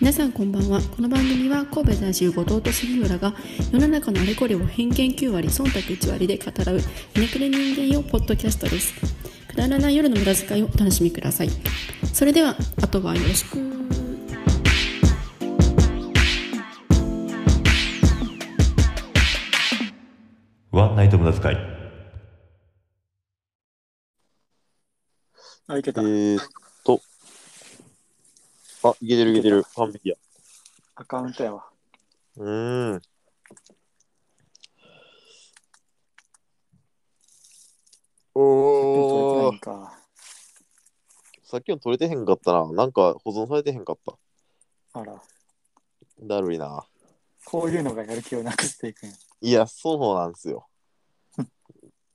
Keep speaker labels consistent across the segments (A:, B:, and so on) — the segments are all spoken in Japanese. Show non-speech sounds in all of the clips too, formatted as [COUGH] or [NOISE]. A: 皆さんこんばんはこの番組は神戸在住後藤と杉浦が世の中のあれこれを偏見9割忖度1割で語らうひねくれ人間用ポッドキャストですくだらない夜の無駄遣いをお楽しみくださいそれではあとはよろしく
B: ワンナイト無駄遣い。
C: あ、いけ
D: え
C: た。
D: ー、っと。あ、いけてるいけてる。完璧や。
C: アカウントやわ。
D: うーん。お
C: い
D: ー、
C: けたか。
D: さっきの取れてへんかったな。なんか保存されてへんかった。
C: あら、
D: だるいな。
C: こういうのがやる気をなくしていくんや。
D: いや、そうなんです [LAUGHS] よ。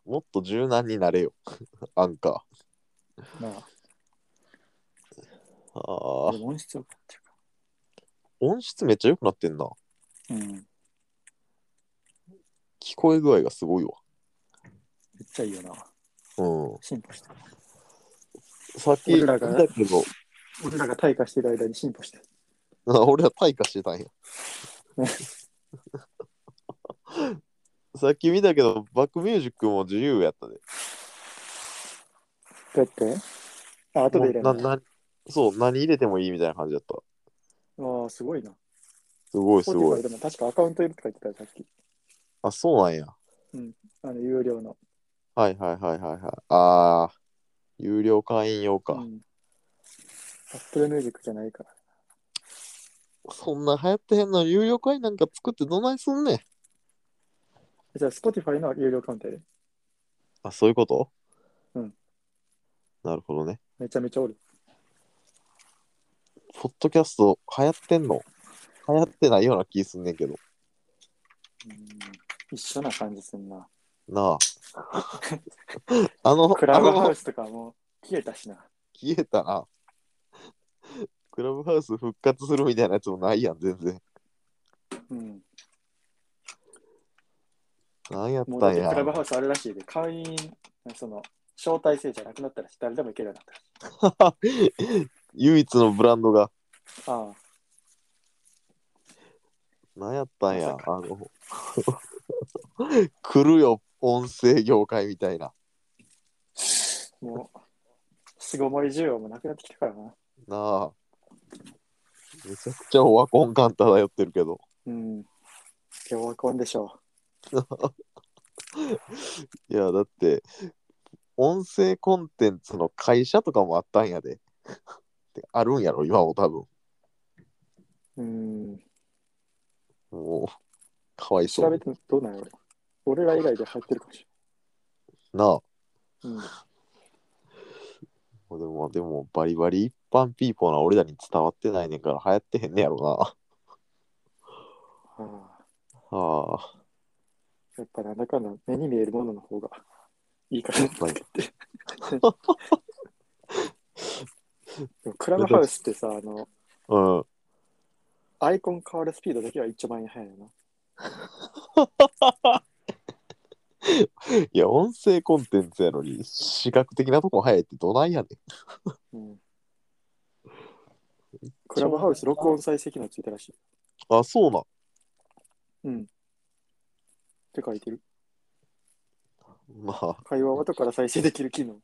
D: もっと柔軟になれよ。 [LAUGHS] アンカ
C: なあ
D: ー。あー
C: でも音質よかったか。
D: 音質めっちゃ良くなってんな。
C: うん。めっ
D: 聞こえ具合がすごいわ。
C: ちゃいいよな。
D: うん。
C: 進歩してる。
D: さっき言
C: 俺
D: っ
C: ら
D: た
C: が
D: けど、
C: 俺らが退化してる間に進歩してる。
D: あ [LAUGHS] 俺ら退化してたんや。
C: [LAUGHS]
D: さっき見たけど、バックミュージックも自由やったで。
C: どうやってあ、後で入れ
D: な
C: る。
D: なそう、何入れてもいいみたいな感じだった。
C: ああ、すごいな。
D: すごいすご
C: Spotify
D: い。
C: でも確かアカウントいるとか言ってたよさっき。
D: あ、そうなんや。
C: あの、有料の。
D: はいはいはいはいはい。あー、有料会員用か。
C: うん。Apple Music じゃないから。
D: そんな流行ってへんのに有料会員なんか作ってどないすんねん。
C: じゃあ、Spotify の有料アカウントやで。
D: あ、そういうこと
C: うん。
D: なるほどね。
C: めちゃめちゃおる。
D: ポッドキャスト流行ってんの流行ってないような気すんねんけど。
C: うん。一緒な感じすんな。
D: なあ。あの、
C: クラブ
D: あ
C: ハ
D: の
C: ウスとかもう消えたしな。
D: 消えたな。クラブハウス復活するみたいなやつもないやん、全然。
C: うん。
D: なんやっ
C: もう
D: た
C: だっ
D: ん
C: てクラブ
D: や。
C: ハウスあるらしいで、会員、その、招待制じゃなくなったらし、誰でも行けるようになっ
D: 唯一のブランドが。
C: た。ああ、
D: なんやったんや。
C: まさ
D: あの、 [LAUGHS] 来るよ、音声業界みたいな。
C: もう、巣ごもり需要もなくなってきたからな。
D: なあ。めちゃくちゃオワコン感漂ってるけど。
C: うん。今日はこんでしょ
D: いや、だって、音声コンテンツの会社とかもあったんやで。てあるんやろ、今も多分。
C: う。うん。
D: もう、かわいそ
C: 調べ
D: う。
C: てどうなんやろ俺ら以外で入ってるかもし
D: なあ。
C: れない。
D: でも、でも、バリバリ一般ピーポーな俺らに伝わってないねんから流行ってへんねやろ
C: うん。ああ、
D: な。はあ。
C: やっぱなんだかんだ目に見えるものの方がいいかなと [LAUGHS] 思って。でもクラブハウスってさ、あの、
D: うん。
C: アイコン変わるスピードだけは一丁前に速いよな。
D: いや、音声コンテンツやのに、視覚的なとこ早いってどないやね
C: うんクラブハウス録音再生機能ついたらしい。
D: ん。あ、そうなん。
C: うん。って書いてる。
D: まあ、
C: 会話は後から再生できる機能。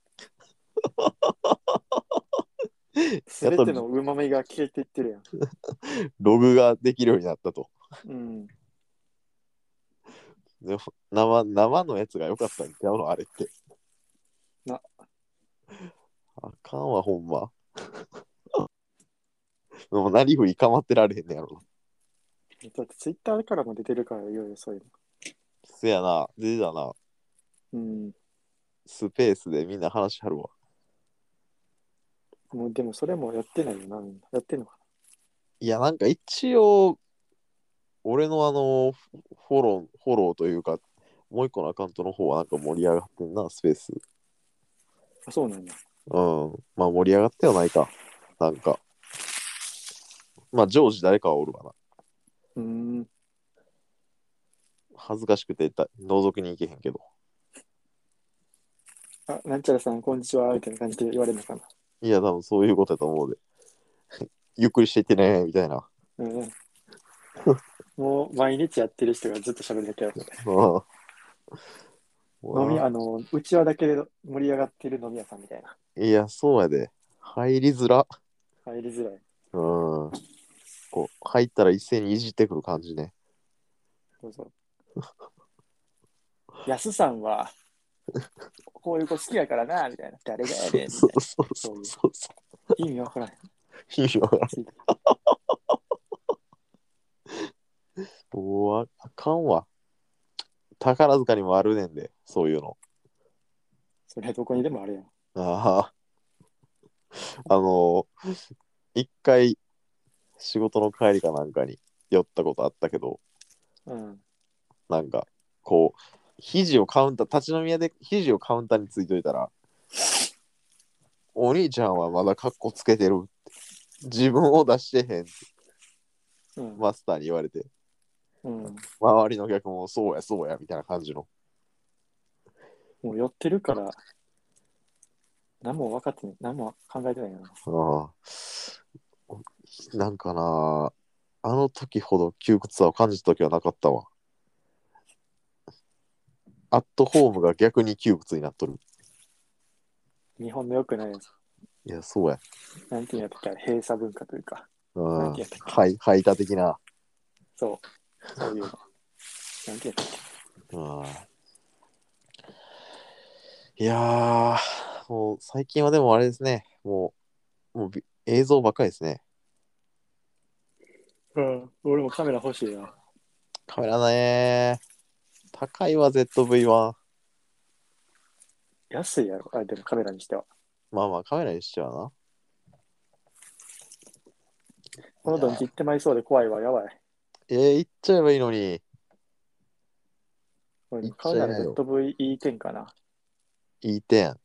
C: す
D: やっ
C: べ
D: ぱ
C: てのうまみが消えていってるやん。
D: ログができるようになったと。
C: うん。
D: でも生生のやつが良かったんちゃうのあれって。
C: な。
D: あかんわ、ほんま。 [LAUGHS] でも、なりふり構ってられへんねやろ。
C: だってツイッターからも出てるから、いよいよそういう
D: せやな、出てたな。
C: の。うん。
D: スペースでみんな話しはるわ。
C: もうでもそれもやってないよな、みんな。やってんのか
D: いや、なんか一応、俺のあの、フフォロー、フォローというか、もう一個のアカウントの方はなんか盛り上がってんな、スペース。
C: な。あそうなんだ。
D: うん。まあ盛り上がってはないか。なんか。まあ常時誰かはおるわな。
C: うーん。
D: 恥ずかしくてた覗きに行けへんけど。
C: あ、なんちゃらさん、こんにちは、みたいな感じで言われるのかな。
D: [LAUGHS] いや、多分そういうことやと思うで。ゆっくりしていってね、みたいな。
C: うん。もう毎日やってる人がずっと喋るだけだったね。
D: ああ
C: 飲み、あの、うちわだけで盛り上がってる飲み屋さんみたいな。
D: いや、そうやで。入りづら。
C: 入りづらい。
D: うん。こう、入ったら一斉にいじってくる感じね。
C: どう
D: [LAUGHS]
C: ぞ。やすさんは、こういう子好きやからな、みたいな。誰がやねん、みた
D: そ
C: いう
D: そうそうそうそ
C: な。意味わからん。
D: う。いいよ。もうああかんわ。宝塚にもあるねんで、そういうの。
C: それはどこにでもあるやん。
D: ああ。あの、一回、仕事の帰りかなんかに寄ったことあったけど、
C: うん。
D: なんか、こう、肘をカウンター、立ち飲み屋で肘をカウンターについといたら、お兄ちゃんはまだカッコつけてるって。自分を出してへんって
C: うん。
D: マスターに言われて、
C: うん、
D: 周りの客もそうやそうやみたいな感じの。
C: もう寄ってるから、何も分かってない。何も考えてないな。
D: ああなんかなあの時ほど窮屈さを感じた時はなかったわアットホームが逆に窮屈になっとる
C: 日本の良くないやつ。
D: いやそうや
C: なんていうんやったっけ閉鎖文化というか。
D: う
C: なんんていうんやったっけ
D: はい排他的な
C: そう。そういうの。なんていうんやったっ
D: うんいやーもう最近はでもあれですねもうもうび映像ばっかりですね
C: けうん。俺もカメラ欲しいな。
D: カメラね高いわ ZV は
C: 安いやろ。あ、でもカメラにしては。
D: まあまあカメラにしてはな
C: このドンキ行ってまいそうで怖いわ。やばい。
D: えー、行っちゃえばいいのに。
C: 俺
D: 行っちゃ
C: カ
D: え
C: メ
D: よ
C: ラの ZV-E10 かな。
D: いい点。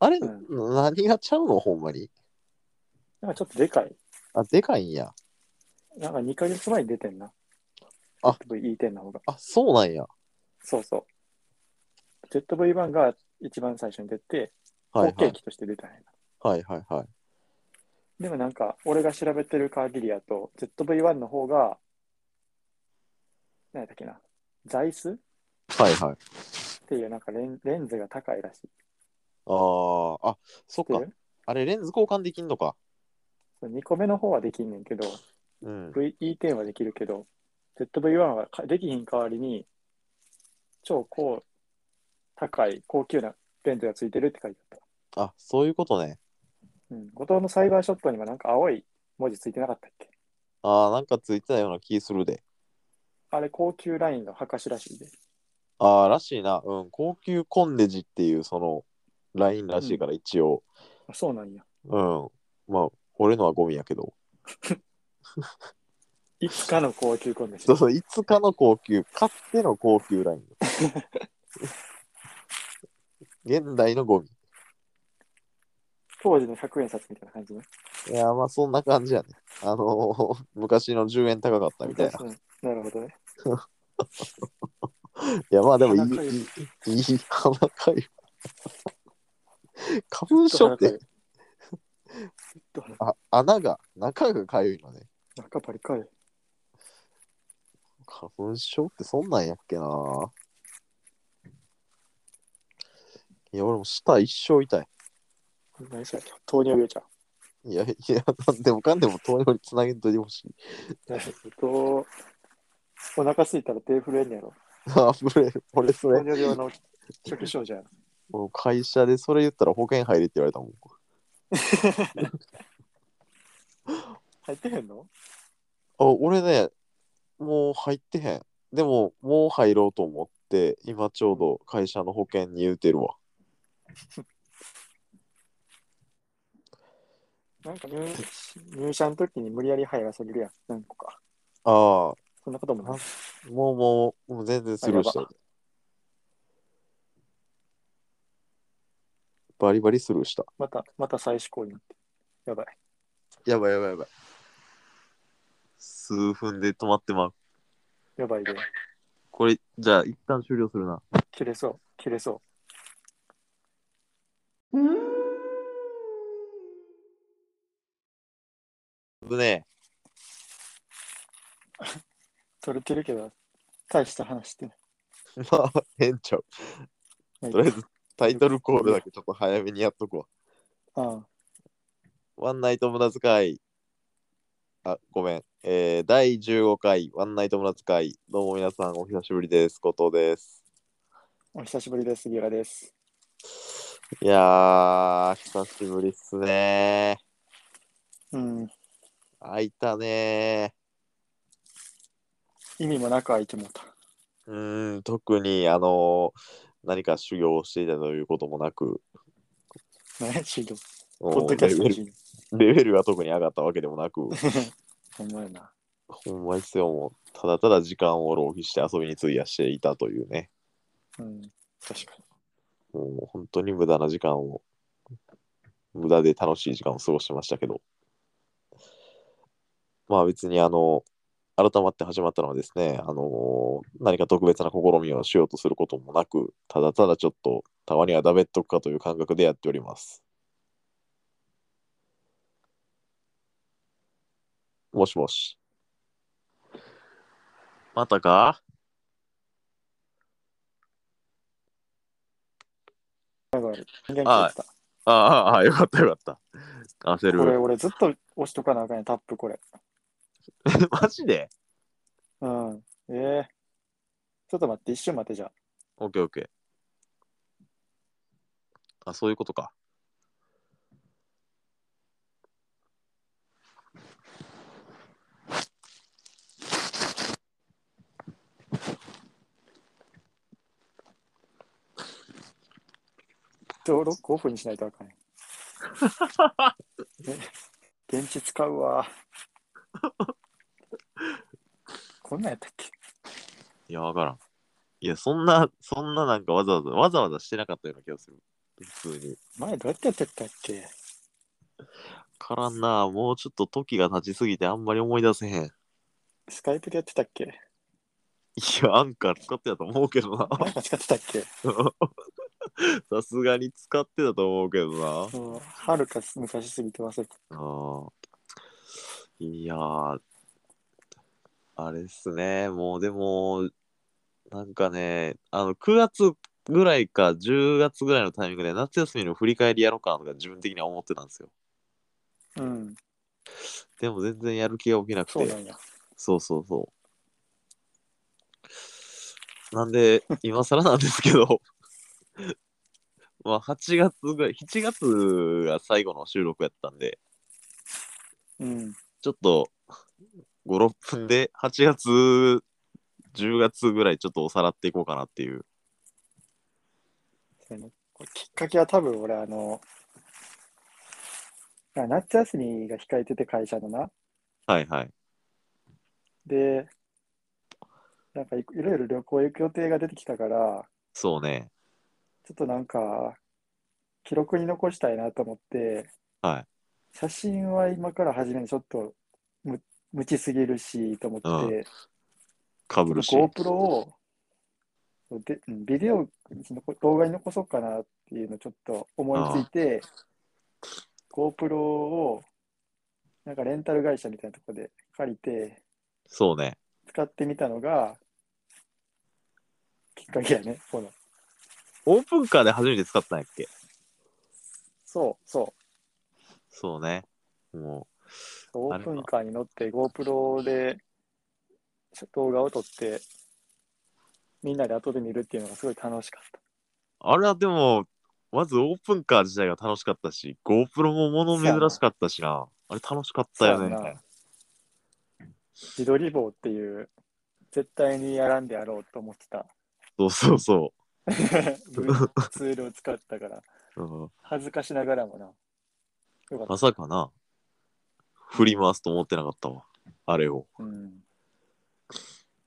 D: あれ、
C: うん
D: 何がちゃうのほんまに。
C: なんかちょっとでかい。
D: あ、でかいんや。
C: なんか2ヶ月前に出てんな。
D: あ
C: ZV-E10 の方が。
D: あ、そうなんや。
C: そうそう。ZV 版が一番最初に出て、
D: は
C: 後
D: いは
C: 継
D: い。
C: 機として出たんやな。
D: はいはいはい。
C: でもなんか、俺が調べてる限りやと、ZV-1 の方が、何だっけな、座椅子っ
D: はいはい。
C: ていうなんかレンレンズが高いらしい。
D: あー、あ、そっ
C: 知っ
D: か
C: て。る
D: あれ、レンズ交換できんのか。
C: その2個目の方はできんねんけど、
D: うん。
C: VE10 はできるけど、ZV-1 はかできひん代わりに、超高、高い、高級なレンズがついてるって書いてあっ
D: あ、そういうことね。
C: た。うん。後藤のサイバーショットにもなんか青い文字ついてなかったっけ
D: あー、なんかついてたような気するで。
C: あれ、高級ラインの博士らしいで。
D: あー、らしいな。うん。高級コンデジっていう、その、ラインらしいから、一応。
C: あそうなんや。
D: うん。まあ、俺のはゴミやけど。
C: いつかの高級コンデン
D: そうそう、いつかの高級、買っての高級ライン。現代のゴミ。
C: 当時の100円札みたいな感じね。
D: いや、まあそんな感じやね。あのー昔の10円高かったみたいな。
C: うんなるほどね。
D: いや、まあでもい
C: 鼻かゆい
D: い、いい、いい花かゆい。花粉症っ
C: ずっと鼻
D: て
C: かゆい。ずっと鼻
D: あ穴が、中がかゆいのね。
C: 中パリかい。
D: 花粉症ってそんなんやっけないや、俺も舌一生痛い。
C: 何それ糖尿病じゃん。
D: いや、いや、なんでもかんでも糖尿につなげんといてほしい。
C: えっと、お腹すいたら手震えんねやろ。
D: あぶれる。俺そ
C: 糖
D: れ、
C: 尿病の初期症じゃん。
D: もう会社でそれ言ったら保険入れって言われたもん。
C: 入ってへんの
D: あ、俺ね、もう入ってへん。でも、もう入ろうと思って、今ちょうど会社の保険に言うてるわ。
C: なんか入入社の時に無理やり入らされるやん。何個か。
D: あ
C: そんなこともない。
D: あ、もうもう、もう全然スルーし
C: あ
D: た
C: や。
D: バリバリスルーした。
C: また、また再試行になって。やばい。
D: やばいやばいやばい。数分で止まってまう。
C: やばいで。
D: これ、じゃあ一旦終了するな。
C: 切れそう。切れそう。
D: 危ねえ。
C: 取れてるけど、大した話してない。
D: まあ、変ちゃう。
C: ま
D: とりあえず、タイトルコールだけちょっと早めにやっとこ
C: ああ
D: う。ワンナイト無駄遣い。あ、ごめん。えー、第15回、ワンナイト無駄遣い。どうも皆さん、お久しぶりです。後藤です。
C: お久しぶりです、杉浦です。
D: いやー、久しぶりっすね
C: うん、
D: 開いたね
C: 意味もなく相手もうた。
D: うーん、特に、あの何か修行をしていたということもなく、
C: ね、修行。
D: ポ
C: ポッドキャストの
D: レベル
C: 授業
D: レベルが特に上がったわけでもなく、
C: ほんまやな。
D: ほんまですよ、もう、ただただ時間を浪費して遊びに費やしていたというね、
C: うん、確かに。
D: もう本当に無駄な時間を、無駄で楽しい時間を過ごしてましたけど、まあ別に、あの、改まって始まったのはですね、あの何か特別な試みをしようとすることもなく、ただただちょっと、たまにはダベっとくかという感覚でやっております。もしもし。またか
C: なんか、人間聞
D: あ
C: いてた。
D: ああああ、よかったよかった。焦
C: これ、
D: る。
C: 俺ずっと押しとかなあかんやん、タップこれ。
D: [LAUGHS] マジで
C: うん。ええちょっと待って、一瞬待って、じゃあ。
D: オッケーオッケー。あ、そういうことか。
C: 登録オフにしないとあかんやん。ね電池使うわ。こんなんやったっけ
D: いや、わからん。いや、そんな、そんななんかわざわざ、わざわざしてなかったような気がする。普通に。
C: 前どうやってやってたっけ
D: からんな、もうちょっと時が経ちすぎてあんまり思い出せへん。い
C: スカイプでやってたっけ
D: や、アンカー使ってたと思うけど
C: な
D: な。
C: んか使ってたっけ
D: さすがに使ってたと思うけどな。
C: うんはるか昔すぎて忘れた。
D: ああ。いやー、あれっすね。もうでも、なんかね、あの、9月ぐらいか10月ぐらいのタイミングで夏休みの振り返りやろうかとか自分的には思ってたんですよ。
C: うん、
D: でも全然やる気が起きなく
C: そう
D: て。
C: なんや。
D: そうそうそう。なんで、今更なんですけど、 [LAUGHS] まあ8月ぐらい、7月が最後の収録やったんで、
C: うん、
D: ちょっと5、6分で8月、10月ぐらいちょっとおさらっていこうかなっていう。
C: そうやねこれきっかけは多分俺あの、あ夏休みが控えてて会社のな。
D: はいはい。
C: で、なんかいいろいろ旅行行く予定が出てきたから、
D: そうね。
C: ちょっとなんか、記録に残したいなと思って、
D: はい
C: 写真は今から始めるのちょっと無無知すぎるしと思って、
D: うんかぶるし。
C: GoPro をでうんビデオその動画に残そうかなっていうのちょっと思いついて GoPro をなんかレンタル会社みたいなとこで借りて
D: そうね。
C: 使ってみたのがきっかけやねこの
D: オープンカーで初めて使ったんやっけ
C: そうそ
D: そうね。も
C: うオープンカーに乗って GoPro で動画を撮ってみんなで後で見るっていうのがすごい楽しかった
D: う。あれはでも、まずオープンカー自体が楽しかったし、GoPro ももの珍しかったしな。あれ楽しかったよ
C: そうや
D: ね
C: な。自撮り棒っていう絶対にやらんでやろうと思ってた [LAUGHS]
D: そうそうそ
C: ツールを使ったから
D: う。うん
C: 恥ずかしながらもなよかっ
D: まさかな、振り回すと思ってなかったわ。あれを。
C: た、うん、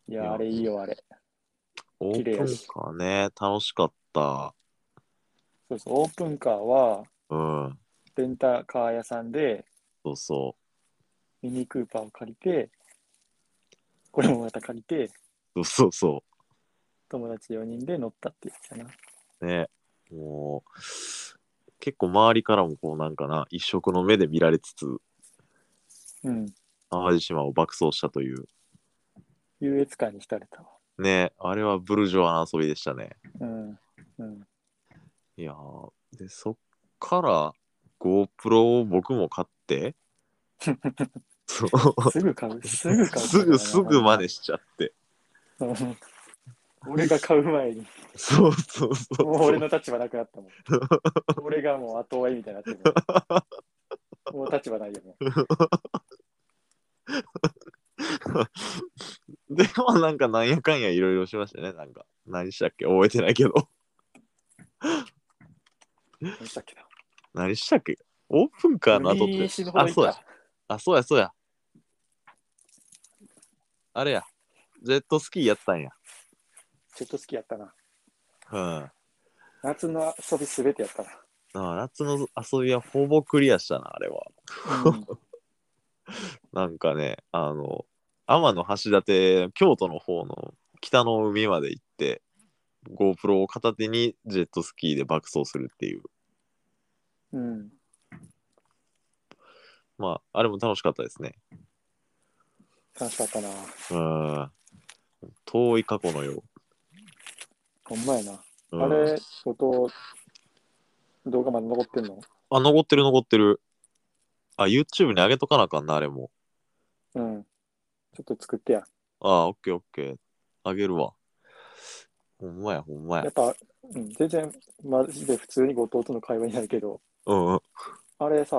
C: い
D: い
C: や
D: や
C: あれいいよあれ
D: オ
C: 綺
D: ープ
C: 麗や
D: ン
C: し
D: カーね、楽しかった。
C: そうそうオープンカーは
D: うん、
C: レンタカー屋さんで
D: そうそ
C: ミニクーパーを借りてこれもまた借りて
D: う。 [LAUGHS] そうそうそ
C: 友達4人で乗ったってやつやな
D: う。ね。もう、結構周りからもこうなんかな、一色の目で見られつつ、
C: うん
D: 淡路島を爆走したという。
C: 優越感に浸れたわ。
D: ねあれはブルジョアな遊びでしたね。
C: うん。うん。
D: [LAUGHS] いやーで、そっから GoPro を僕も
C: [LAUGHS]
D: 買って、そう
C: すぐ
D: [LAUGHS]
C: 買う。すぐ買う。
D: すぐ、すぐ真似しちゃって。
C: うん俺が買う前に、
D: そうそうそうそう。
C: もう俺の立場なくなった
D: [LAUGHS]
C: もん。俺がもう後追いみたいになってるもう立場ないよね。
D: で、まあなんかなんやかんやいろいろしましたね。なんか、何したっけ覚えてないけど。
C: 何したっけな。
D: 何したっけオープンカーの後って
C: 俺。死ぬほど
D: あ、
C: い
D: そうや
C: た。。
D: あ、そうや、そうや。あれや。ジェットスキーやったんや。
C: ちょっと好きやったな。
D: うん。あ
C: 夏の遊びすべてやったな。
D: 夏の遊びはほぼクリアしたな、あれは。
C: うん
D: なんかね、あの、天の橋立、京都の方の北の海まで行って、GoPro を片手にジェットスキーで爆走するっていう。
C: うん。
D: まあ、あれも楽しかったですね。
C: 楽しかったな。
D: うん。遠い過去のよ
C: ほんまやな。
D: う。うん
C: あれ、音、動画まで残ってんの
D: あ、残ってる残ってる。あ、YouTube に上げとかなあかんな、あれも。
C: うん。ちょっと作ってや。
D: あ、オッケーオッケー。あげるわ。ほんまや、ほんま
C: や
D: や
C: っ。ぱ、うん、全然、マジで普通に後藤との会話になるけど、
D: うんうん。
C: あれさ、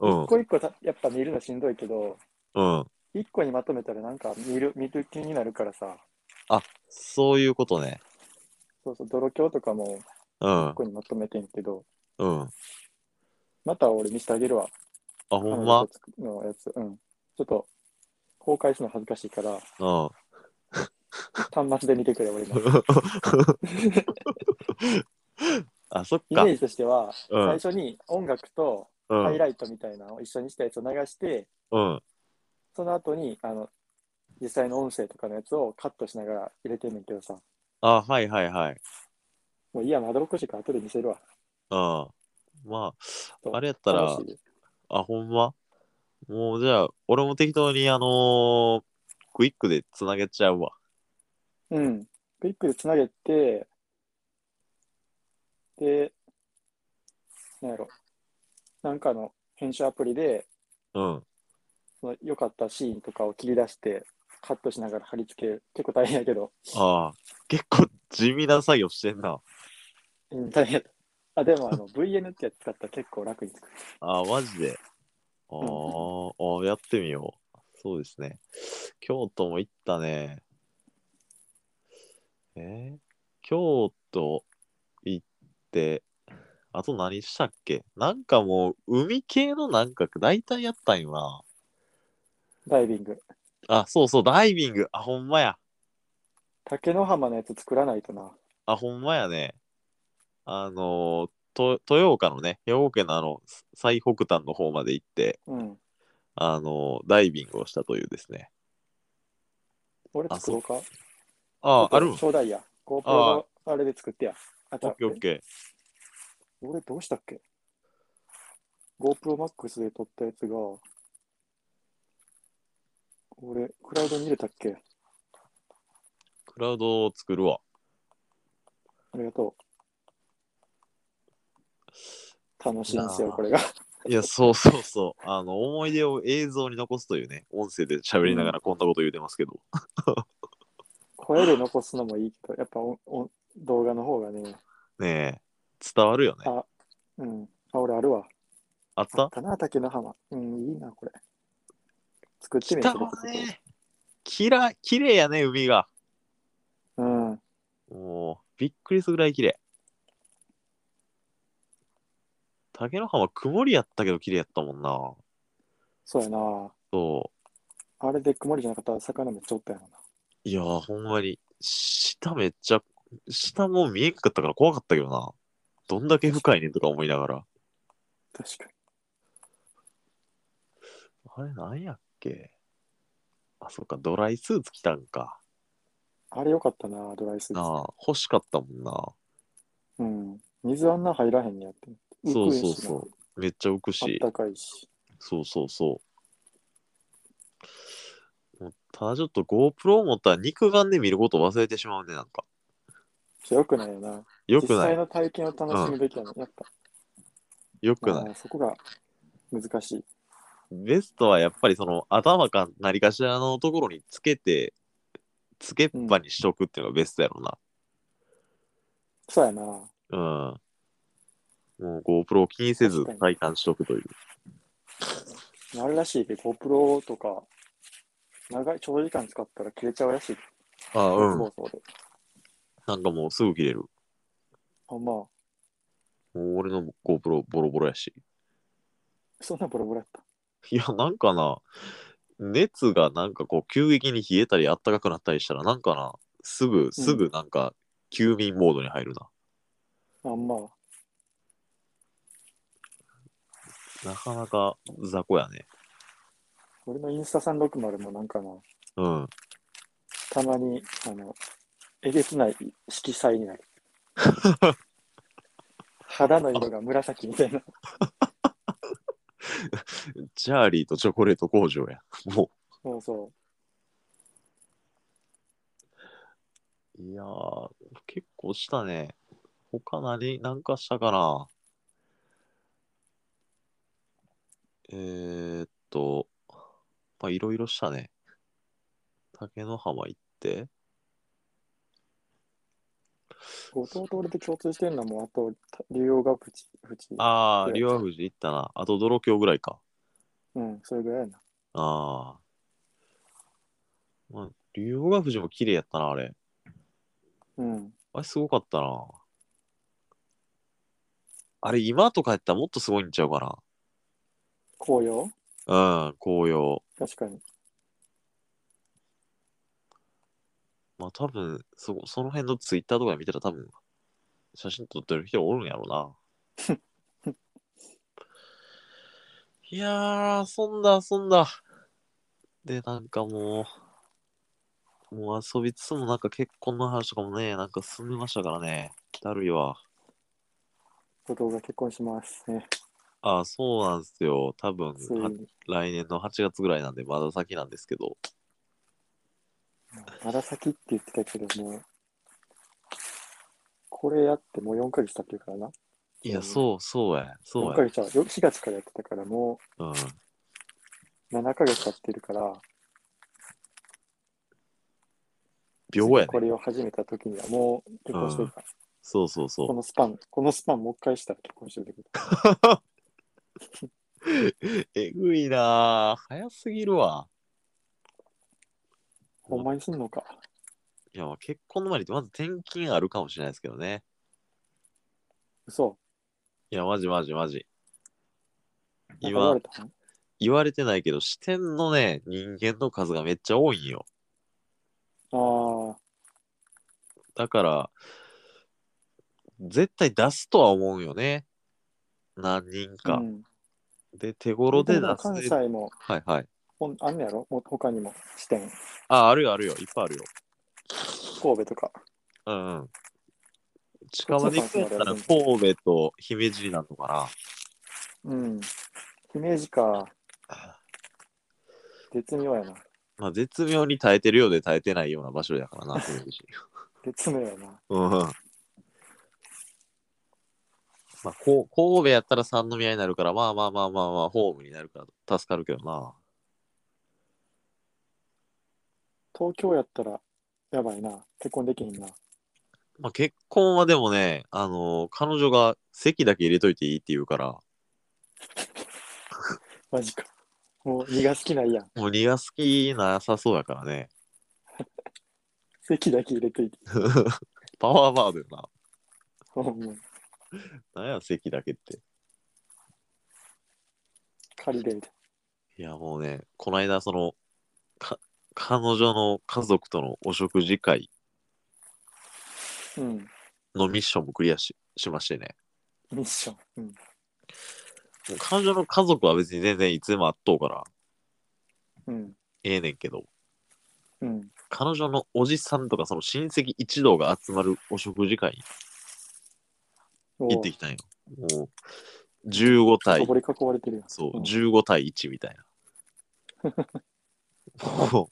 D: うん
C: 一個一個たやっぱ見るのしんどいけど、
D: うん。
C: 一個にまとめたらなんか見る、見る気になるからさ、
D: そういうことね。
C: そうそう、泥鏡とかも
D: うん
C: 一。個にまとめてんけど、
D: うん。あ、
C: また俺見せてあげるわ。
D: ほんま。
C: 彼女のやつ、うん。ちょっと、公開するの恥ずかしいから、
D: うん。
C: 端末で見てくれ、俺の。
D: あ、そっ
C: イメ
D: か。
C: ージとしては、
D: うん
C: 最初に音楽と
D: う
C: ハイ
D: ん。
C: ライトみたいなのを一緒にしたやつを流して、
D: うん。
C: その後に、あの、実際の音声とかのやつをカットしながら入れてんねんけどさ、
D: あ、はいはいはい。
C: もういいや、まどろっこしいから後で見せるわ。
D: うん。ま
C: そう
D: あ、あれやったら
C: 楽、しい
D: あ、ほんま。もうじゃあ、俺も適当にあのークイックでつなげちゃうわ。
C: うん。クイックでつなげて、で、なんやろ、なんかの編集アプリで、
D: うん。
C: その良かったシーンとかを切り出して、カットしながら貼り付ける。結構大変やけど、
D: ああ、結構地味な作業してんな。
C: うん大変やった。あ、で
D: [LAUGHS]
C: もあの VN ってやつ使ったら結構楽に作る。
D: ああ、マジで。あーあー、やってみよう。そうですね。京都も行ったね。えー京都行って、あと何したっけなんかもう、海系のなんか大体やったんよな。
C: ダイビング。
D: あ、そうそう、ダイビング。あ、ほんまや。
C: 竹の浜のやつ作らないとな。
D: あ、ほんまやね。あのーと、豊岡のね、兵庫県のあの、最北端の方まで行って、
C: うん。
D: あのーダイビングをしたというですね。
C: 俺作ろうか
D: ああ、ある
C: ちょうだいや。GoPro
D: あ
C: のあれで作ってや。あ、じ
D: オ
C: ゃ
D: ッケーオッケー。
C: 俺どうしたっけ ?GoPro Max で撮ったやつが、俺、クラウドに入れたっけ
D: クラウドを作るわ。
C: ありがとう。楽しいんです
D: い
C: よ、
D: やー
C: これが。 [LAUGHS]
D: いや、そうそうそう。あの、思い出を映像に残すというね、音声で喋りながらこんなこと言うてますけど。
C: 声で残すのもいいけど、やっぱおお動画の方がね、
D: ねえ、伝わるよね。
C: あ、うん。あ、俺あるわ。あ
D: あっ
C: ったたな、竹の浜。うん、いいな、これ。作ってみ
D: 北
C: よう
D: はね、きら、綺麗やね、海が。
C: うん。
D: もう、びっくりするぐらい綺麗。竹の浜曇りやったけど綺麗やったもんな。
C: そうやな。
D: そ
C: あれで曇りじゃなかったら魚めっちゃおったやろな。
D: う。いやー、ほんまに、下めっちゃ、下も見えんかったから怖かったけどな。どんだけ深いねんとか思いながら。
C: 確かに。
D: あれなんやっけあ、そっか、ドライスーツ着たんか。
C: あれよかったな、ドライスーツ。
D: なあ、欲しかったもんな。
C: うん。水あんな入らへんにやって。
D: そう
C: 浮くや
D: そう
C: しな
D: そう。めっちゃ浮く
C: あっ
D: し、
C: たかいし。
D: そうそうそう。もうただちょっと GoPro を持ったら肉眼で見ることを忘れてしまうね、なんか。
C: よくないよな。
D: よ
C: 実
D: くな
C: 際
D: い。
C: の体験を楽しむべきやな。やっぱ、
D: よくない。
C: まあそこが難しい。
D: ベストはやっぱりその頭か何かしらのところにつけて、つけっぱにしとくっていうのがベストやろな。
C: そうやな。
D: うん。もう GoPro を気にせず
C: 確かに
D: 体感しとくという。
C: あれらしいで、GoPro とか、長い、長時間使ったら切れちゃうらしい。
D: ああ、
C: そう
D: うん。
C: そうで。
D: なんかもうすぐ切れる。
C: あまあ、
D: もう俺の GoPro ボロボロやし。 [LAUGHS]
C: そんなボロボロやった。
D: いや、なんかな、熱がなんかこう急激に冷えたり暖かくなったりしたら、なんかな、すぐ、すぐなんか休眠モードに入るな。
C: あんまあ、
D: なかなか雑魚やね。
C: 俺のインスタ360もなんかな、
D: うん。
C: たまに、あの、えげつない色彩になる。肌の色が紫みたいな。
D: チャーリーとチョコレート工場や。も。
C: そうそう
D: いやー、結構したね。他何、なんかしたかな。えー、っと、まあ、いろいろしたね。竹の浜行って、
C: う。弟俺と共通してるのはもう、あと、竜王がプチ、プチ。
D: ああ、
C: い
D: 龍和富士行ったな。あと泥京ぐらいか。
C: うん、それぐらいやな。
D: ああ。まあ、龍和富士も綺麗やったな、あれ。
C: うん。
D: あれすごかったな。あれ、今とかやったらもっとすごいんちゃうか
C: 紅葉
D: な。うん、紅葉。
C: 確かに。
D: まあ多分、そ、その辺のツイッターとかで見たら多分、写真撮ってる人おるんやろな。
C: [LAUGHS]
D: いやー、遊んだ、遊んだ。で、なんかもう、もう遊びつつもなんか結婚の話とかもね、なんか進みましたからね。だるいわ。
C: 弟が結婚しますね。
D: あ、そうなんですよ。多分、
C: ついに
D: は。来年の8月ぐらいなんで、まだ先なんですけど。
C: まだ先って言ってたけども、これやってもう4ヶ月経ってるからな。
D: いや、
C: そう
D: そう、そうや。そう
C: 4
D: や
C: ヶ。月は、よ4月からやってたからも
D: うん。
C: う7ヶ月経ってるから、
D: 秒やね
C: こ。れを始めた時にはもう結婚してるから、
D: そうそうそう
C: こ。のスパン、このスパンもう一回したら結婚してるけど、
D: [LAUGHS] えぐいなあ早すぎるわ。
C: ほんまにすんのか。
D: いや、まあ結婚の前にまず転勤あるかもしれないですけどね。
C: 嘘。
D: いや、マジマジマジ。
C: なんか言わ
D: 今
C: れ、たの
D: 言われてないけど、支店のね、人間の数がめっちゃ多いんよ。
C: あ
D: だから、絶対出すとは思うよね。何人
C: あ、
D: か。
C: うん。
D: で、手頃で出
C: も
D: す
C: 関
D: で。
C: 西も、
D: はいはい。
C: ほんあんねやろもう他にも支店、
D: あ、あるよあるよ。いっぱいあるよ。
C: 神戸とか。
D: うんうん。近場で行くんやったら神戸と姫路になるのかな。
C: うん。姫路か。絶妙やな。
D: まあ、絶妙に耐えてるようで耐えてないような場所だから [LAUGHS] な、姫路
C: 絶妙やな。
D: うん。まあ、こう神戸やったら三宮になるから、まあまあまあまあまあ、ホームになるから助かるけどな。
C: 東京やったらやばいな。結婚できへんな。
D: まあ、結婚はでもね、あの彼女が席だけ入れといていいって言うから、
C: マジか。もう荷が好きないやん。
D: もう荷が好きなさそうやからね。
C: 席だけ入れといて。
D: パワーバードよな。
C: ほんま
D: なんや、席だけって。
C: 借りれるで。
D: いや、もうね、この間、その、か、彼女の家族とのお食事会
C: うん。
D: のミッションもクリアししましてね。
C: ミッション。うん。
D: もう彼女の家族は別に全然いつでもあっとうから、
C: うん。
D: ええねんけど、
C: うん。
D: 彼女のおじさんとかその親戚一同が集まるお食事会に
C: おう
D: 行ってきたんよ。もう、15対
C: 囲わ、れ囲われてるやん。
D: そう、
C: うん
D: 15対1みたいな。もう、こ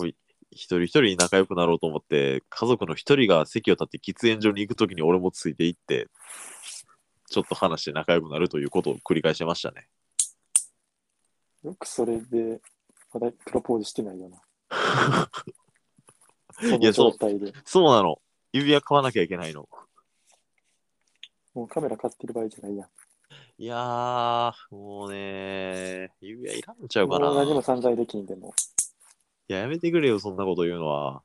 D: うい一人一人に仲良くなろうと思って、家族の一人が席を立って喫煙所に行くときに俺もついて行って、ちょっと話して仲良くなるということを繰り返してましたね。
C: よくそれで、まだプロポーズしてないよな。そ
D: [LAUGHS] いや
C: の
D: そう
C: 状態で。
D: そうなの。指輪買わなきゃいけないの。
C: もうカメラ買ってる場合じゃないやん。
D: いやー、もうね指輪いらんちゃう
C: も
D: か
C: う
D: な。
C: 何も散財できんでも。
D: いや、やめてくれよ、そんなこと言うのは。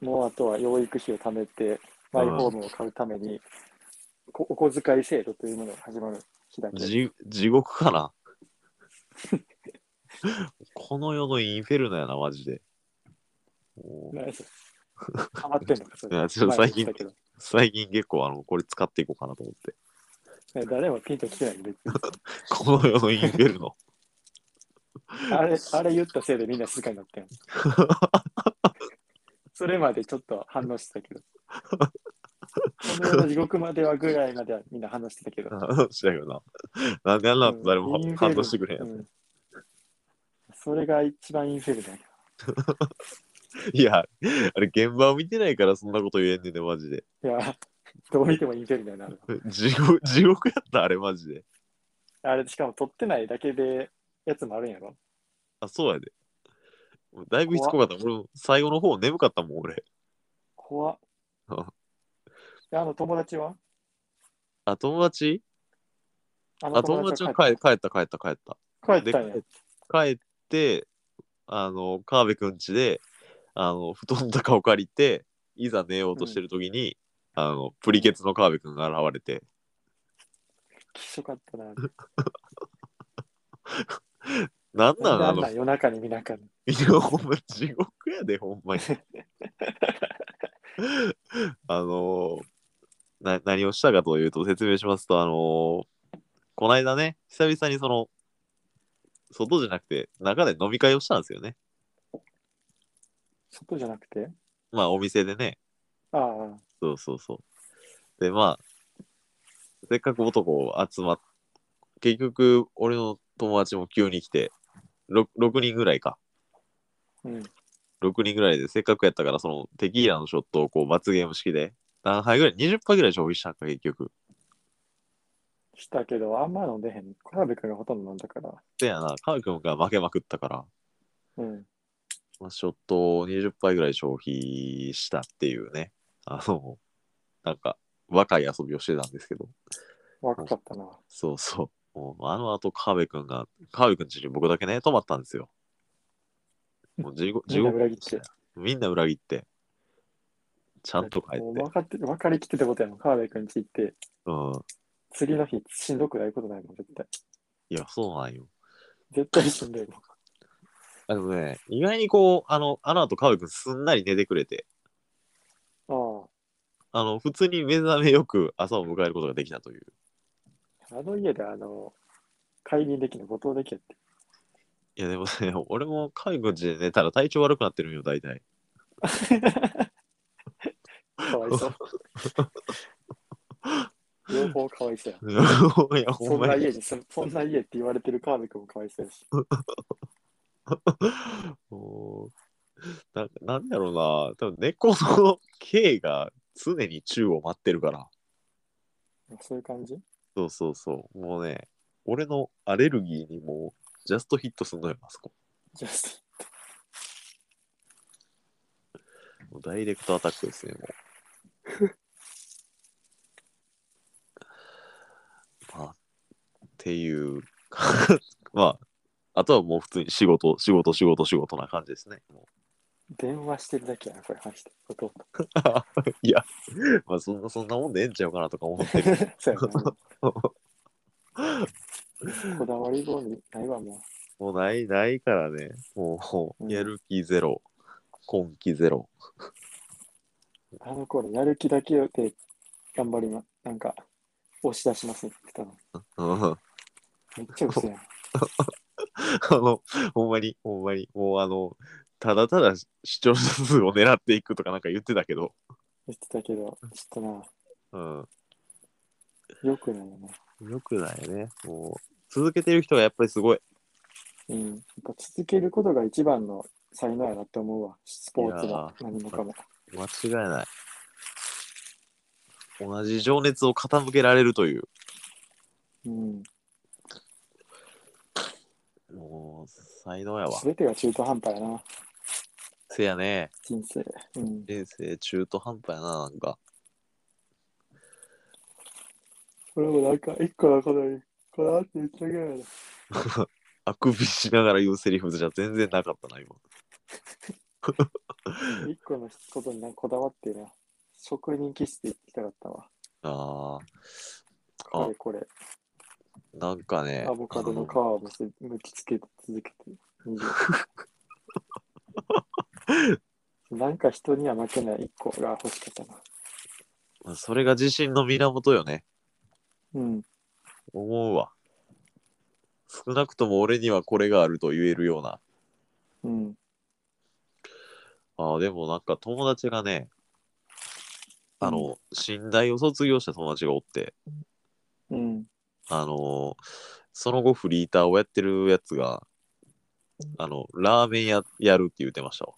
C: もうあとは養育費を貯めて、マイホームを買うために、こお小遣い制度というものが始まる日だけ。
D: じ地獄かな。 [LAUGHS] この世のインフェルノやな、マジで。もう
C: 何それハマってんのか、そ
D: いや
C: れ。
D: ちょっと最近
C: 前も言って
D: 最近結構あの、これ使っていこうかなと思って。 [LAUGHS]
C: たけどね誰もピンと来てない別に。
D: この世のインフェルノ。 [LAUGHS]
C: あれ、あれ言ったせいでみんな静かになったよ。 [LAUGHS] それまでちょっと反応してたけど。この世の地獄まではぐらいまではみんな反応してたけど。
D: 話だよな。なんであんなの誰も
C: うん
D: 反応してくれへんや
C: インフェル
D: つ。
C: うんそれが一番インフェルだよ。
D: いや、あれ現場を見てないからそんなこと言えんねんね、マジで。
C: いや、どう見てもインフェルだよな。あれ
D: 地獄、地獄やった、あれマジで。
C: あれ、しかも撮ってないだけでやつもあるんやろ。
D: あ、そうやで。だいぶしつこかった。俺も最後の方眠かったもん、俺。
C: 怖っ。
D: あ
C: であの友達は
D: あ、友達
C: あ
D: あ、友達は
C: 帰
D: 帰帰った、帰った、帰った。
C: 帰ったんや
D: で。帰って、あの、川辺くん家で、あの、布団とかを借りて、いざ寝ようとしてる時に、あの、プリケツの川辺くんが現れて、
C: きしょかったな。
D: なんなん
C: な
D: あ
C: ん
D: の
C: なん夜中に見なあかんの
D: いや、ほんま地獄やで、ほんまに。あのーな、何をしたかというと、説明しますと、あのーこないだね、久々にその、外じゃなくて、中で飲み会をしたんですよね。
C: 外じゃなくて
D: まあ、お店でね。
C: ああ、
D: そうそうそう。で、まあ、せっかく男を集まっ、結局、俺の友達も急に来て、6, 6人ぐらいか。
C: うん。
D: 6人ぐらいでせっかくやったからそのテキーラのショットをこう罰ゲーム式で何杯ぐらい20杯ぐらい消費したんか結局
C: したけど、あんま飲んでへん。小鍋くんがほとんど飲んだから。
D: せやなカー君が負けまくったから、
C: うん。
D: まあ、ショットを20杯ぐらい消費したっていうねあのなんか若い遊びをしてたんですけど
C: 若かったな。
D: そうそうもうあの後カーベ君がカーベ君家に僕だけね泊まったんですよもう地獄
C: みんな裏切って
D: みんな裏切ってちゃんと帰っ
C: もう
D: て
C: 分かって、分かりきってたことやもん。川辺くんち行って、
D: うん
C: 次の日しんどくないことないもん、絶対。
D: いやそうなんよ
C: 絶対しんどいもん。
D: あのね、意外にこう、あの、あの後、川くんすんなり寝てくれて、 [LAUGHS]
C: あ
D: あの、普通に目覚めよく朝を迎えることができたという。
C: あ。あの家で、あの、解任できる後藤できやって。
D: いや、でもね、 [LAUGHS] 俺も川くんちで寝たら体調悪くなってるんよ、大体。 [LAUGHS]
C: かわい
D: [LAUGHS]
C: そう。両方かわいそうや。
D: いや、ほ
C: そ
D: ん
C: ん
D: ま
C: な
D: に。
C: 家にそ、そんな家って言われてる川辺くんもかわいそうやし。
D: [LAUGHS] もうななんだろうな、多分猫の K が常に宙を待ってるから。
C: そういう感じ
D: そうそうそう。もうね、俺のアレルギーにもう、ジャストヒットすんのよ、あそこ。
C: じゃあ、
D: もうダイレクトアタックですね、もう。まあ、っていう、まあ、あとはもう普通に仕事、仕事、仕事、仕事な感じですね。も
C: 電話してるだけやな、これ話して。弟。
D: ういや、まあそんな、そんなもんでええんちゃうかなとか思ってる。
C: [LAUGHS] そうやな。こだわり棒にないわ、も
D: もうない、ないからね。も
C: う
D: う、
C: ん
D: やる気ゼロ、根気ゼロ。 [LAUGHS]
C: う。あの頃、やる気だけで頑張りま、なんか、押し出しますって言ってたの。
D: うん
C: めっちゃ嘘やん。
D: あの、ほんまに、ほんまに、もうあの、ただただ視聴者数を狙っていくとかなんか言ってたけど、
C: 言ってたけど、ちょっとな、
D: うん。
C: よくないよね。
D: よくないね。もう、続けてる人がやっぱりすごい。
C: うん、やっぱ続けることが一番の才能やなって思うわ。スポーツも何もかも。
D: 間違いない。同じ情熱を傾けられるという。
C: うん。
D: もう、才能やわ
C: す。べてが中途半端やな、
D: せやね。
C: 人生。うん。
D: 人生中途半端やな、なんか。
C: これもなんか、一個のことに、こだわって言ってあげるよ。
D: あくびしながら言うセリフじゃ全然なかったな、今。
C: 一個のことになんかこだわってな。職人気質で行きたかったわ。
D: ああ。
C: こ
D: あ
C: れ、これ。
D: なんかね。
C: アボカドの皮をむすむきつけ続けて。20なんか人には負けない一個が欲しかったな。
D: あのそれが自信の源よね。
C: うん。
D: 思うわ。少なくとも俺にはこれがあると言えるような。
C: うん。
D: ああ、でもなんか友達がね、あの、寝台を卒業した友達がおって、
C: うん。
D: あのーその後フリーターをやってるやつが、あの、ラーメンややるって言ってましたわ。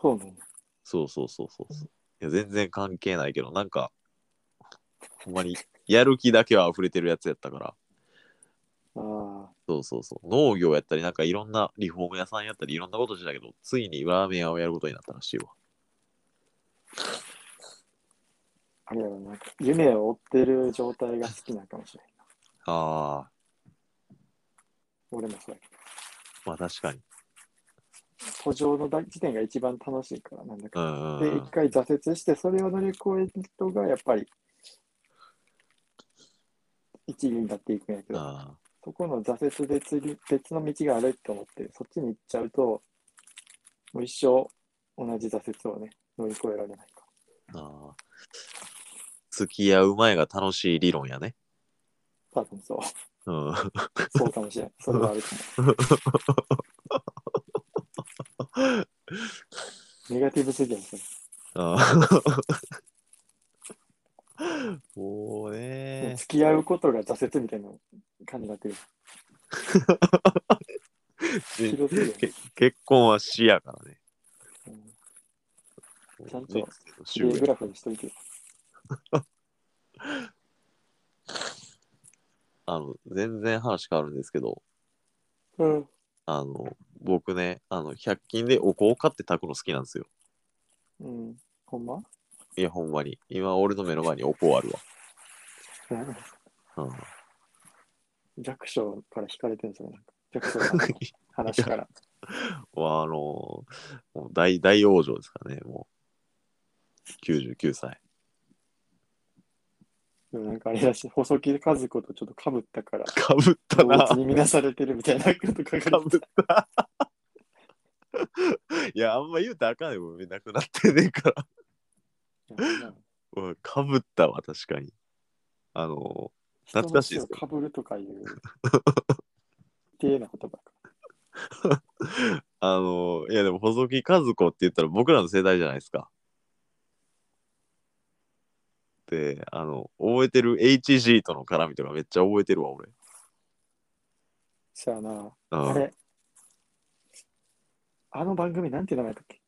C: そうなんだ。
D: そうそうそうそうそう。いや、全然関係ないけど、なんか、ほんまに、やる気だけは溢れてるやつやったから、
C: ああ。
D: そうそうそう。農業やったり、なんかいろんなリフォーム屋さんやったり、いろんなことしてたけど、ついにラーメン屋をやることになったらしいわ。
C: あれやろな。夢を追ってる状態が好きなんかもしれない。
D: ああ、
C: 俺もそうやけど。
D: まあ確かに。
C: 途上の時点が一番楽しいから、なんだ
D: う
C: か。
D: んうんう
C: で、
D: ん
C: 一。回挫折して、それを乗り越える人が、やっぱり、一流になっていくんやけど、
D: あ
C: そこの挫折で次別の道があると思って、そっちに行っちゃうと、もう一生同じ挫折をね、乗り越えられないか。
D: あああ付き合う前が楽しい理論やね。
C: 多分そう。
D: うん。
C: そうかもし
D: [LAUGHS]
C: れない。それはあるかも。ネガティブすぎやん、それ。
D: もう
C: もう
D: ね。
C: 付き合うことが挫折みたいな感じにな
D: [LAUGHS]
C: ってる。ひどすぎる
D: け結婚は死やからね。
C: うんちゃんと
D: ね
C: き
D: 終
C: れいグ
D: 焉
C: ラフにしといて。
D: あの全然話変わるんですけど、
C: うん。
D: あの僕ねあの、100均でお香を買って炊くの好きなんですよ。
C: うん。ほんま [LAUGHS]
D: いや、ほんまに。今、俺の目の前にお香あるわ。うん、
C: 弱小から引かれてるんですよ。なんか弱小さんの話から。
D: はあのもう大大往生ですからね、もう。99歳。
C: でもなんかあれだし、細木和子とちょっとかぶったから、
D: かぶった
C: 動
D: な
C: 物。に見なされてるみたいなこと書かれて
D: か
C: た
D: ぶった。 [LAUGHS] いや、あんま言うたらあかんよ。なくなってねえから。うんかぶったわ、確かに。あの、懐かしいです
C: かぶると
D: [LAUGHS]
C: かいう綺麗な言葉か。
D: あの、いや、でも、細木和子って言ったら僕らの世代じゃないですか。で、あの、覚えてる HG との絡みとかめっちゃ覚えてるわ、俺。
C: じゃあな、
D: うん
C: あれ、あの番組なんて名前だっけ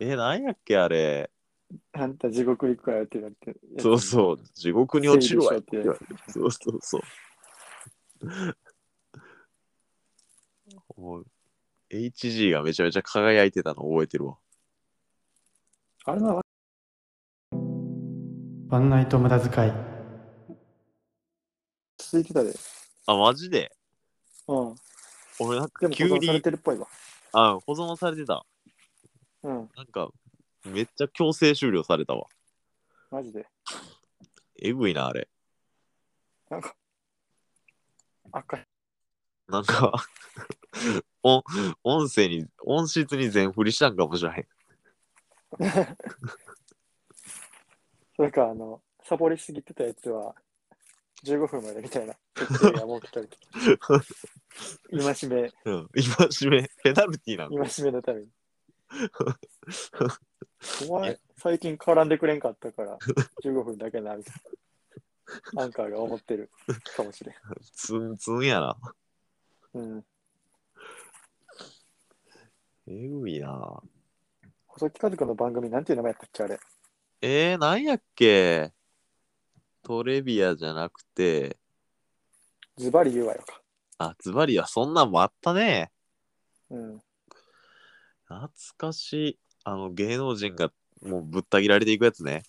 D: え、なんやっけ、あれ。
C: あんた地獄行くわよってなって。
D: そうそう、地獄に落ちるわよっ
C: 整理
D: て
C: しようって
D: そうそうそう。もう HG がめちゃめちゃ輝いてたの覚えてるわ。
C: う。あれは
E: ワンナイト無駄遣い。
C: 続いてたで。
D: あ、マジで
C: うん。
D: 俺なんか
C: でも
D: 急
C: 保存され
D: に、
C: てるっぽいわ。
D: あ、保存されてた。
C: うん。
D: なんか、めっちゃ強制終了されたわ。
C: マジで。
D: えぐいな、あれ。
C: なんか、赤い。
D: なんか [LAUGHS] 音、音声に、音質に全振りしたんかもしれへん。
C: なんかあの、サボりすぎてたやつは、15分までみたい
D: [LAUGHS]
C: な設定が設けたりとか。今しめ、
D: うん。今しめ、ペナルティーなんか
C: 今しめのために。お前、最近絡んでくれんかったから、15分だけな、みたいな。アンカーが思ってるかもしれん。
D: ツンツンやな。
C: うん。
D: えぐいな。
C: 細木数子の番組、なんていう名前やったっけ、あれ。
D: えー、なんやっけトレビアじゃなくて、
C: ズバリ言うわよか。
D: あ、ズバリはそんなんもあったね。
C: うん。
D: 懐かしい。あの、芸能人がもうぶった切られていくやつね。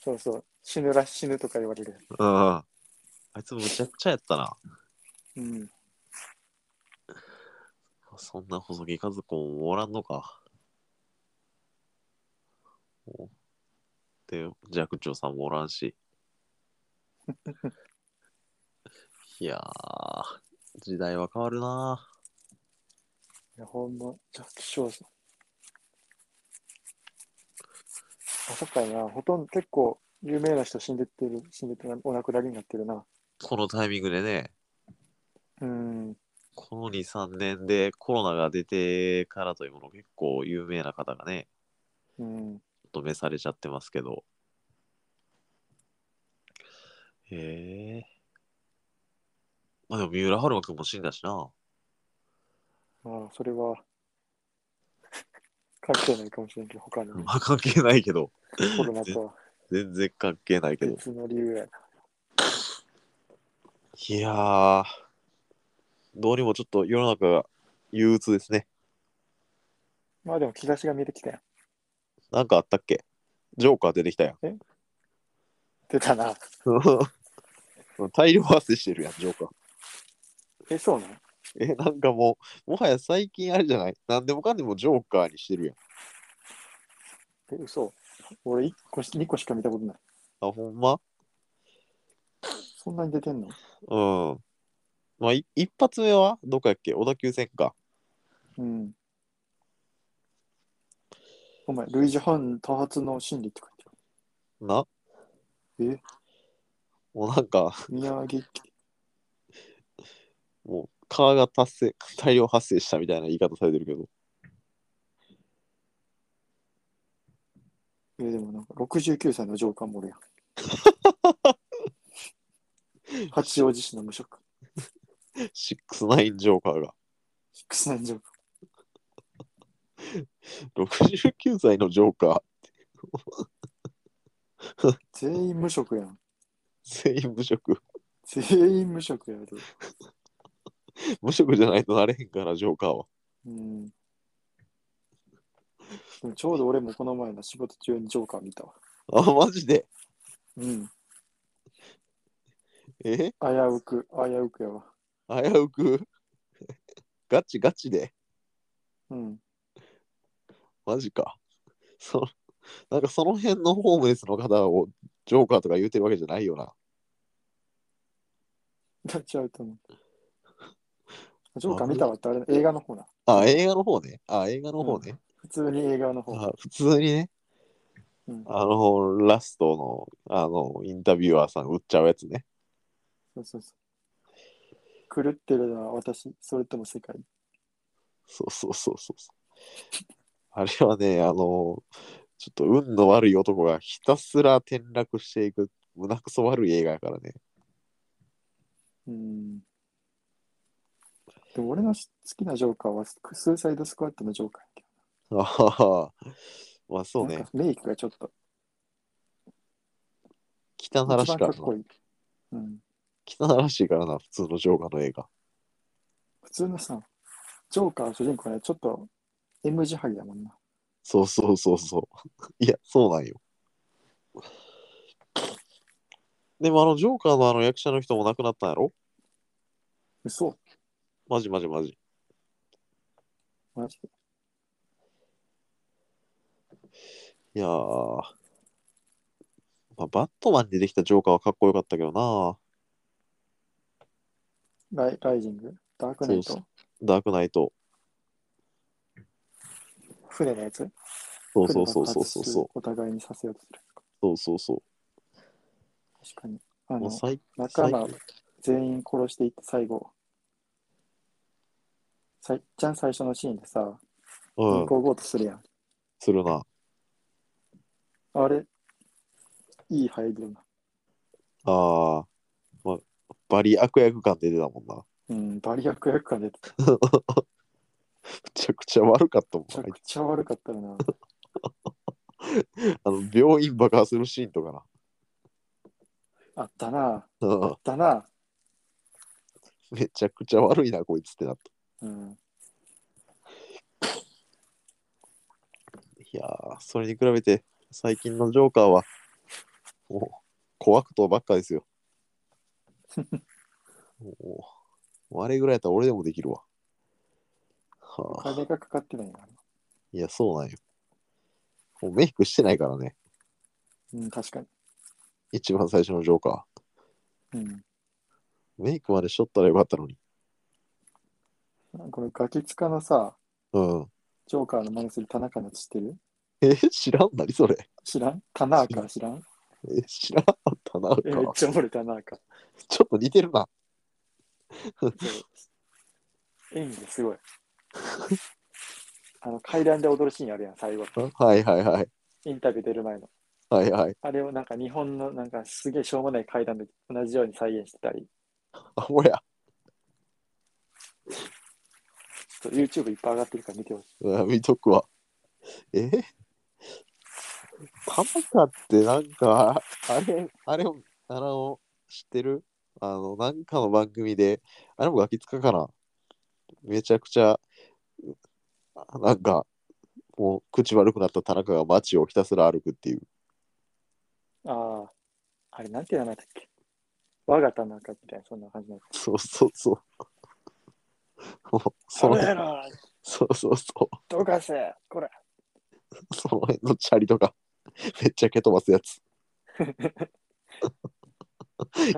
C: そうそう。死ぬら死ぬとか言われる。
D: うん。あいつむちゃくちゃやったな。
C: うん。
D: そんな細木数子もおらんのか。おで、寂聴さんもおらんし。いやー、時代は変わるない
C: や、ほんま、弱小さ。まさかやな、ほとんど結構有名な人死んでってる、死んでてなお亡くなりになってるな。
D: このタイミングでね、
C: うん。
D: この2、3年でコロナが出てからというもの、結構有名な方がね、
C: うん。
D: ちょっと召されちゃってますけど。へえ。まあでも、三浦春馬くんも死んだしな。
C: まあ、それは、 [LAUGHS] 関係ないかもしれんけど、他の
D: まあ関係ないけど、
C: コロナとは
D: 全然関係ないけど。
C: 別の理由やな。
D: いやー、どうにもちょっと世の中が憂鬱ですね。
C: まあでも、兆しが見えてきたやん。
D: なんかあったっけジョーカー出てきたや [LAUGHS] ん。
C: 出たな。
D: 大量発生してるやん、ジョーカー。
C: え、そうなの
D: え、なんかもう、もはや最近あれじゃない何でもかんでもジョーカーにしてるやん。
C: え、嘘。俺1個し、2個しか見たことない。
D: あ、ほんま
C: そんなに出てんの
D: うん。まあ、い一発目はどこやっけ小田急線か。
C: うん。お前、類似犯多発の心理って書いてある。
D: な
C: え
D: もうなんか、
C: 宮城
D: もう、蚊が達成、大量発生したみたいな言い方されてるけど。
C: えーでもなんか69歳の上官もおる [LAUGHS] やん。八王子市の無職。
D: シックスナインジョーカーが。
C: ヒックスナイン上官。
D: 69歳のジョーカー、
C: 全員無職やん。
D: 全員無職。
C: 全員無職やで。
D: 無職じゃないとなれへんから、ジョーカーは。
C: うん。でもちょうど俺もこの前の仕事中にジョーカー見たわ。
D: あ、マジで。
C: うん。
D: え
C: 危うく、危うくやわ。
D: 危うく。 [LAUGHS] ガチガチで。
C: うん。 [LAUGHS]
D: マジか。そのなんかその辺のホームレスの方をジョーカーとか言うてるわけじゃないよな。
C: なっちゃうと思う。ジョーカー見たわってあれ映画の方な。
D: あ、映画の方ね。あ、映画の方ね。
C: 普通に映画の方。
D: あ普通にね、
C: うん。
D: あの、ラストの、あの、インタビュアーさん売っちゃうやつね。
C: そうそうそう。狂ってるのは私、それとも世界。
D: そうそうそうそうそう。あれはね、あの、ちょっと運の悪い男がひたすら転落していく、胸くそ悪い映画やからね。
C: うん。でも俺の好きなジョーカーはススーサイドスクワットのジョーカーやけ
D: あはは。まあそ
C: ど
D: う
C: な
D: ね
C: んか。メイクがちょっと
D: 汚ら
C: 一番
D: し
C: か
D: か
C: らっ
D: な。
C: こいい。うん。
D: 汚らしいからな、普通のジョーカーの映画。
C: 普通のさ、ジョーカーの主人公はちょっと M 字ハギだもんな。
D: そうそうそうそう。 [LAUGHS] いや、そうなんよ。でもあの、ジョーカーのあの役者の人も亡くなったんやろ
C: 嘘
D: マジマジマジ。
C: マジで。
D: いやー。まあ、バットマンに出てきたジョーカーはかっこよかったけどな。
C: ライライジングダークナイ
D: そう
C: ト
D: ダークナイト。
C: 船のやつ
D: そうそうそうそうそう
C: 船
D: そ
C: 爆発お互いにさせようとする。
D: う。そうそうそ
C: 確かに。あ
D: う。もう
C: の、
D: 最
C: 仲間全員殺していって最後。さいっちゃん最初のシーンでさ、
D: う
C: 銀
D: ん、
C: 行強盗するやん。
D: するな。
C: あれ、いい入りだな。
D: ああ、まあ、バリ悪役感出てたもんな。
C: うん、バリア区役官でめ
D: めちゃくちゃ悪かったもん
C: ちゃ
D: あい
C: くちゃ悪かったよ
D: [LAUGHS]
C: な。
D: つあの病院爆破するシーンとか
C: あったな。
D: な
C: あ
D: うん
C: ったな。
D: めちゃくちゃ悪いなこいつってなった
C: うん。
D: いやーそれに比べて最近のジョーカーはもう怖くとばっかで
C: [LAUGHS]
D: すよもうもうあれぐらいやったら俺でもできるわ
C: お
D: はあ
C: 金がかかってないな。
D: いやそうなんよもうメイクしてないからね
C: うん、確かに。
D: 一番最初のジョーカ
C: うん。
D: ーメイクまでしとったらよかったのに
C: このガキツカのさ、
D: うん
C: ジョーカーの真似する田中の知ってる
D: え知らん何それ
C: 知らん田中知らん
D: え知らんかったななん
C: えめっ
D: か
C: ちゃおもろい田 [LAUGHS] 中。
D: ちょっと似てるな
C: そう演技がすごい。あの階段で踊るシーンあるやん、最後。
D: はいはいはい
C: インタビュー出る前の。
D: はいはい
C: あれをなんか日本のなんかすげえしょうもない階段で同じように再現してたり、
D: あほや
C: ちょっと YouTube いっぱい上がってるから見てほしい。
D: うん見とくわ。えタマカってなんか、あれ、あれ、あの、知ってるあの、なんかの番組で、あれもガキつかかなめちゃくちゃ、うなんか、もう口悪くなった田中が街をひたすら歩くっていう。
C: ああ、あれなんて名前だっけ我が田中みたいな、そんな感じなの。
D: そうそうそう。もうそ
C: そ
D: の
C: れや
D: 辺、
C: ろ
D: そうそうそう。
C: どかせこれ
D: その辺のチャリとか、めっちゃ蹴飛ばすやつ。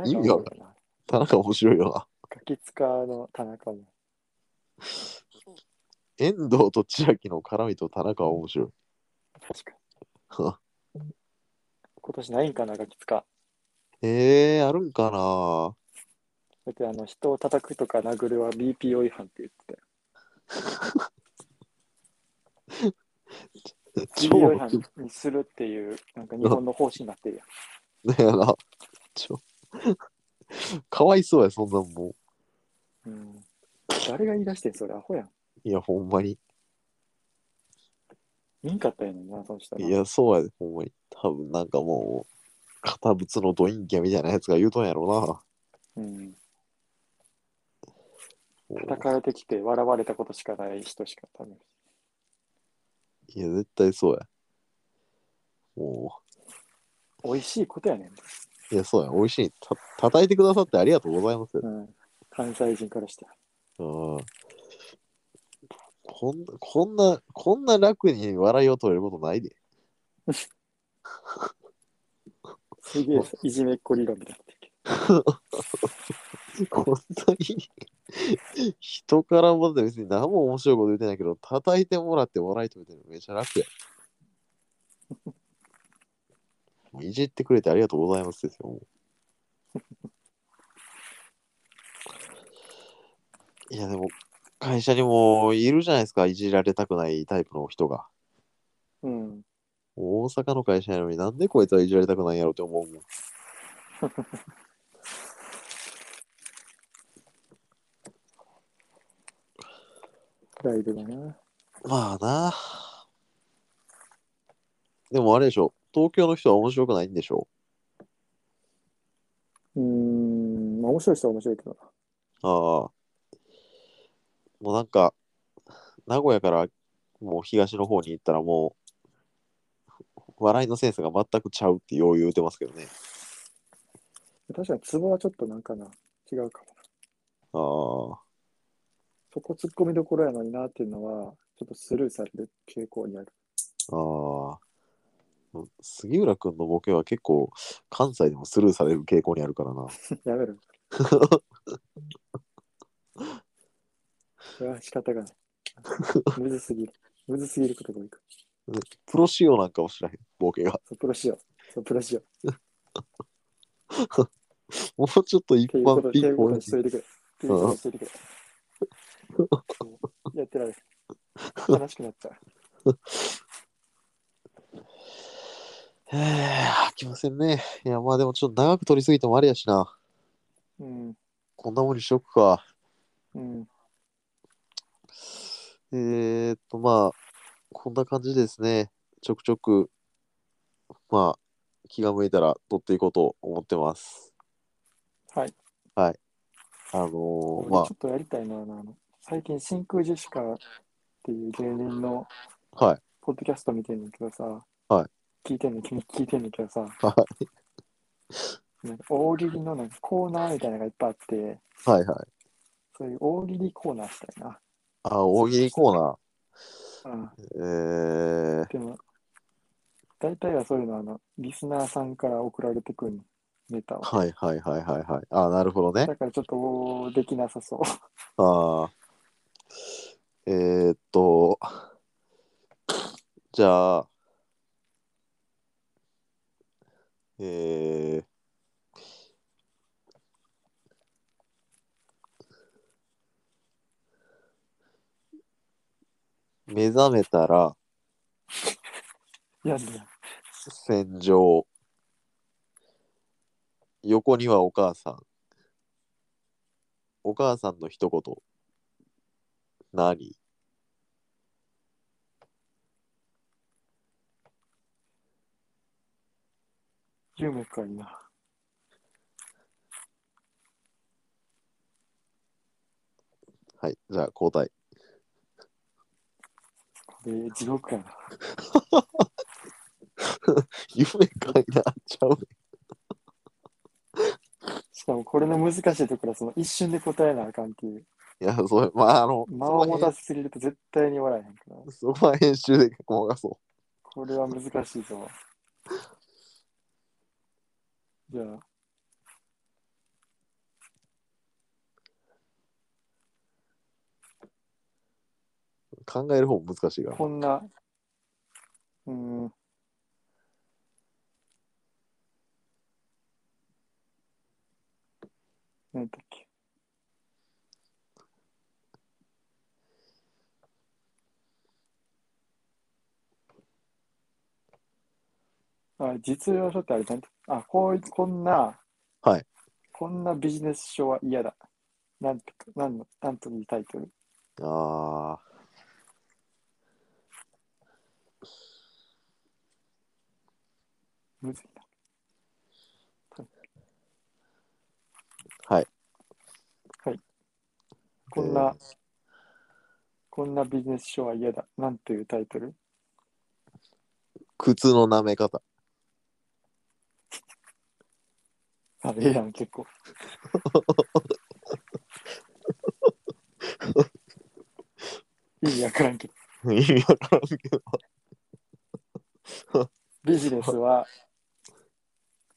D: 意味わか
C: んない。
D: 田中面白いよな。
C: ガキツカの田中も。
D: 遠藤と千秋の絡みと田中は面白い。 [LAUGHS]
C: 確かに。
D: は
C: 今年ないんかな、ガキツカ。
D: えー、あるんかな
C: だってあの人を叩くとか殴るは BPO 違反って言ってたよ。BPO 違反にするっていう、なんか日本の方針になってるやん。
D: ねえな。ち [LAUGHS] ょ。かわいそうや、そんなんも
C: うん、誰が言い出してんそれ、アホやん。
D: う。いや、ほんまに。
C: いんかったやねんな、その人ない
D: や、そうやで、ほんまに。多分なんかもう、堅物のドインキャみたいなやつが言うとんやろ
C: うん。
D: うな。
C: 叩かれてきて笑われたことしかない人しか多分。
D: いや、絶対そうや。も
C: 美味しいことやねん。
D: う、いや、そうや、美味しい。た叩いてくださってありがとうございます。
C: うん。関西人からして。
D: うんこんな、こんな、こんな楽に笑いを取れることないで。
C: すげえいじめっ子理論みたいになってるけ
D: こんなに人からもって別に何も面白いこと言ってないけど、叩いてもらって笑い取れてるのめちゃ楽や。もういじってくれてありがとうございますですよ。もういやでも、会社にもいるじゃないですか、いじられたくないタイプの人が。
C: ど。うん。
D: 大阪の会社やのになんでこいつはいじられたくないんやろって思うもん。
C: ライブだな。
D: まあな。でもあれでしょ。東京の人は面白くないんでしょ。
C: うーん。まあ面白い人は面白いけどな。
D: ああ。もうなんか、名古屋からもう東の方に行ったらもう、笑いのセンスが全くちゃうってよう言うてますけどね。
C: 確かにツボはちょっとなんかな。違うかもな。
D: ああ。
C: そこ突っ込みどころやのになっていうのは、ちょっとスルーされる傾向にある。 [LAUGHS]
D: ああ。杉浦君のボケは結構関西でもスルーされる傾向にあるからな。
C: や
D: [LAUGHS]
C: めろ。いや、仕方がない。むずすぎる。むずすぎることが多いから。
D: プロ仕様なんかも知らへん、ボケが。
C: そう、プロ仕様。そう、プロ仕様。っ
D: もうちょっと一
C: ていうこ
D: 般
C: と、
D: ピ
C: ってい
D: ン
C: う
D: ポ
C: こ
D: ン
C: と
D: に
C: にしといてくれ。っていうことにしといてくれ。やってられる。悲しくなっちゃう。
D: へえ、飽きませんね。いや、まあでもちょっと長く撮りすぎてもありやしな。
C: うん。
D: こんなもんにしとくか。
C: うん。
D: えーっと、まあ、こんな感じですね。ちょくちょく、まあ、気が向いたら撮っていこうと思ってます。
C: はい。
D: あのーま
C: ちょっとやりたいな、あの、最近真空ジェシカっていう芸人の
D: あ、はい。
C: ポッドキャスト見てんだけどさ、
D: はい
C: 聞いてんの、君聞いてんだけどさ、
D: は
C: なんか大喜利のなんかコーナーみたいなのがいっぱいあって、
D: はいはい。
C: そういう大喜利コーナーしたいな。
D: あ、大喜利コーナー。
C: うん、
D: えー、
C: でも、大体はそういうのはあの、リスナーさんから送られてくるネタは。
D: はいはいはいはいはい。あ、なるほどね。
C: だからちょっとできなさそう。
D: [LAUGHS] ああ。えー、っと、じゃあ、えー、目覚めたら
C: やんだよ。
D: 戦場横にはお母さんお母さんの一言何
C: 夢かいな。
D: はいじゃあ交代 [LAUGHS]
C: これ、地獄やな。
D: 夢かいなちゃう
C: しかもこれの難しいところはその一瞬で答えなあかんっていう。
D: いやそれまああの
C: 間を持た
D: そ
C: せすぎると絶対に笑えへんから。
D: こは編そこは編集でごまかそ
C: これは難しいぞ。じゃあ。
D: う考える方も難しいから
C: こんな、うーん。なんだっけ。あ、実用書ってあれなんて、あ、こうい、こんな、
D: はい。
C: こんなビジネス書は嫌だ。なんてか、なんの、なんというタイトル。
D: あー
C: むずいな。
D: はい
C: こん
D: え
C: な
D: ー、
C: こんなビジネス書は嫌だ。なんというタイトル
D: 靴の舐め方 [LAUGHS]
C: あ、ええやん、結構。意味わからんけど。
D: 意味わからんけど
C: ビジネスは、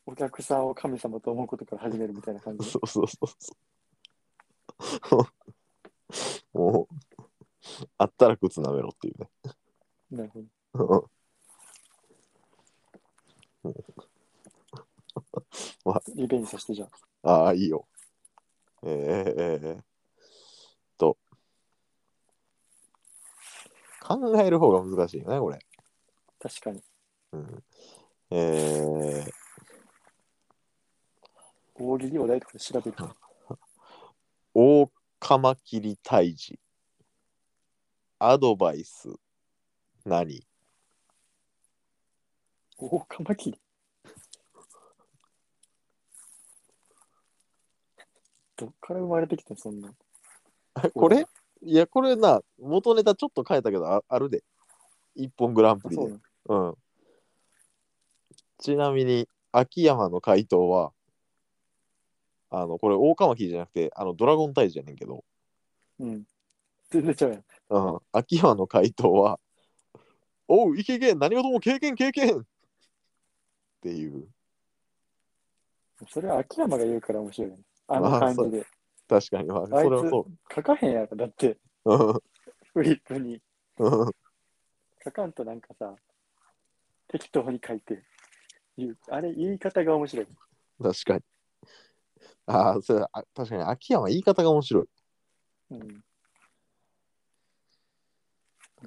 C: お客さんを神様と思うことから始めるみたいな感じ。
D: そうそうそうそう。もう、あったら靴舐めろっていうね。 [LAUGHS]
C: なるほど。リベンジさせてじゃあ。
D: ああ、いいよ。えーえー、と。考える方が難しいよね、これ。
C: 確かに。
D: うん、えー、
C: 大喜利お題とかで調べるか。
D: 大カマキリ退治。アドバイス。何 [LAUGHS]
C: おお、カマキリ。 [LAUGHS] どっから生まれてきたそんな。
D: [LAUGHS] これいや、これな、元ネタちょっと変えたけど、ああるで。一本グラン
C: あ
D: プリで
C: そう。なの
D: うん。ちなみに、秋山の回答は、あの、これ、オオカマキリじゃなくて、あの、ドラゴン退治やねんけど、
C: うん。全然ちゃうやん。
D: うん。秋山の回答は、おう、いけいけ、何事も経験、経験っていう、
C: それは秋山が言うから面白いよね。あの感じで。
D: 確かに、まあ、そ
C: あいつ
D: れはそ
C: 書かへんやろ。だって、
D: う。
C: フリップに
D: うんうん
C: 書かんとなんかさ、適当に書いて言う。あれ、言い方が面白い。
D: 確かに。ああ、それあ確かに、秋山、言い方が面白い。
C: うん。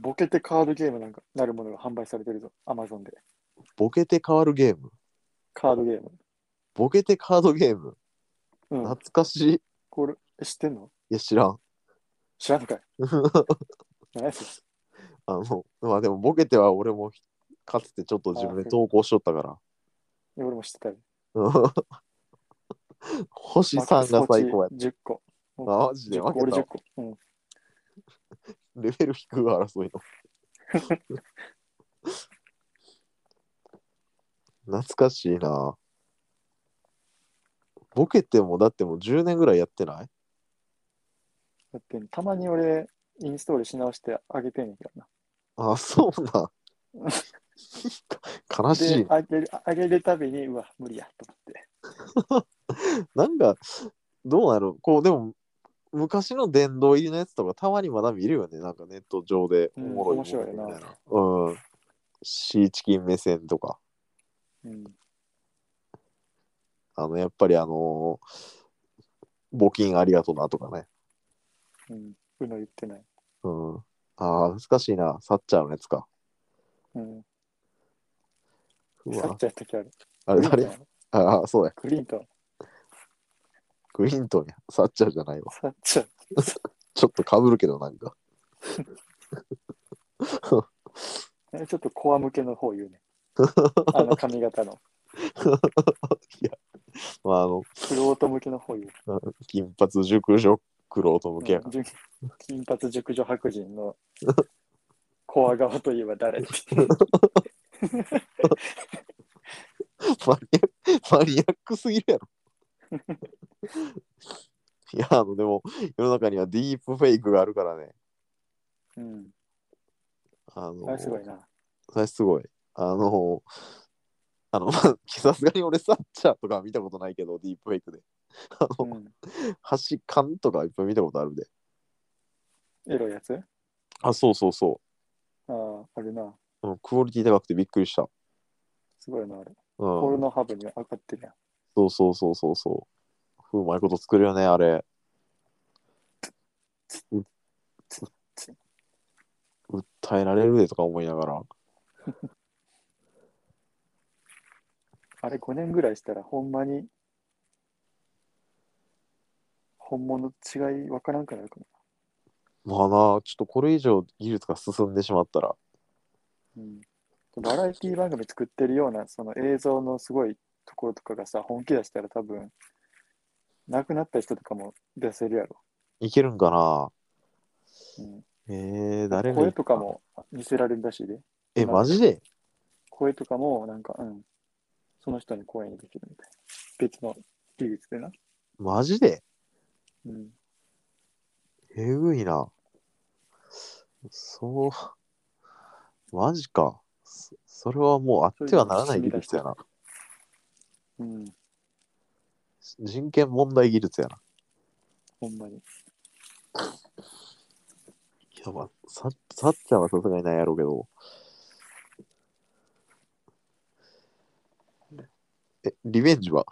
C: ボケてカードゲームなんかなるものが販売されてるぞ。アマゾンで。
D: ボケて変わるゲーム。
C: カードゲーム。
D: ボケてカードゲーム。
C: うん。
D: 懐かしい。い
C: これ、知ってんの
D: や、知らん。
C: 知らんの
D: [LAUGHS]
C: かい。何やそれ
D: あの、まあでも、ボケては俺もひかつてちょっと自分で投稿しとったから。 [LAUGHS]
C: いや俺も知ってたよ。
D: うん星さんが最高やった。
C: 10個。
D: あマジで
C: 10個
D: 負け
C: 俺
D: た
C: 10個。うん。
D: レベル低い争いの。懐かしいな。ボケてもだってもう10年ぐらいやってない
C: だって、たまに俺、インストールし直してあげてんねんけどな。
D: あ、そう
C: [LAUGHS]
D: なん。悲しい
C: で、。あげる、あげるたびに、うわ、無理や、と思って。
D: なんか、どうなのこう、でも、昔の殿堂入りのやつとか、たまにまだ見るよね。なんかネット上で。
C: うん
D: おもろい
C: 面白いよな
D: みたな。うん。シーチキン目線とか。
C: うん。
D: あの、やっぱりあのー募金ありがとうなとかね。
C: うん。うの言ってない。
D: うん。ああ、難しいな。サッチャーのやつか。
C: うん。
D: う
C: さっ
D: わ
C: きやった時ある。
D: あれ誰
C: クリントン
D: ああ、そうや。
C: クリントン。
D: クリントンや。サッチャーじゃないわ。
C: さっちゃん。
D: ちょっとかぶるけど、なんか。
C: えちょっとコア向けの方
D: [LAUGHS]
C: 言うね。あの髪型の。
D: まあ、あの、
C: フロート向けの方言う。
D: 金髪熟女クロート向けやから。
C: 純金髪熟女白人のコア顔といえば
D: [LAUGHS]
C: 誰って。
D: マニアック、マニアックすぎるやろ。いや、あの、でも、世の中にはディープフェイクがあるからね。
C: うん。
D: あの、
C: あれすごいな。
D: あれすごい。あの、あの、まあ、さすがに俺、サッチャーとかは見たことないけど、ディープフェイクで。あ
C: う
D: の、
C: ん。
D: 端カンとかいっぱい見たことあるで。
C: エロいやつあ
D: あ、そうそうそ
C: あ、あるな。
D: う。うん、クオリティ高くてびっくりした。
C: すごいな、あれ。
D: う
C: ポル
D: ん、
C: ノハブに上がってるやん。
D: そうそうそうそうそう。うまいこと作るよね、あれ。う訴えられるでとか思いながら。
C: あれ5年ぐらいしたらほんまに本物違いわからんくなるかも。
D: まあな、ちょっとこれ以上技術が進んでしまったら。
C: うん、バラエティ番組作ってるようなその映像のすごいところとかがさ本気出したら多分亡くなった人とかも出せるやろ、
D: いけるんかな
C: うん、
D: えー、誰が
C: 声とか。も見せられるらしいで
D: え、マジで
C: 声とかもなんか、うん、その人に声にできるみたいな別の技術でな、
D: マジで
C: うん、
D: えぐいな。そう。マジか。そそれはもうあってはならない技術やな。
C: うん、
D: 人権問題技術やな。
C: ほんまに
D: いやば、ささっちゃんはさすがにないやろうけど。え、リベンジは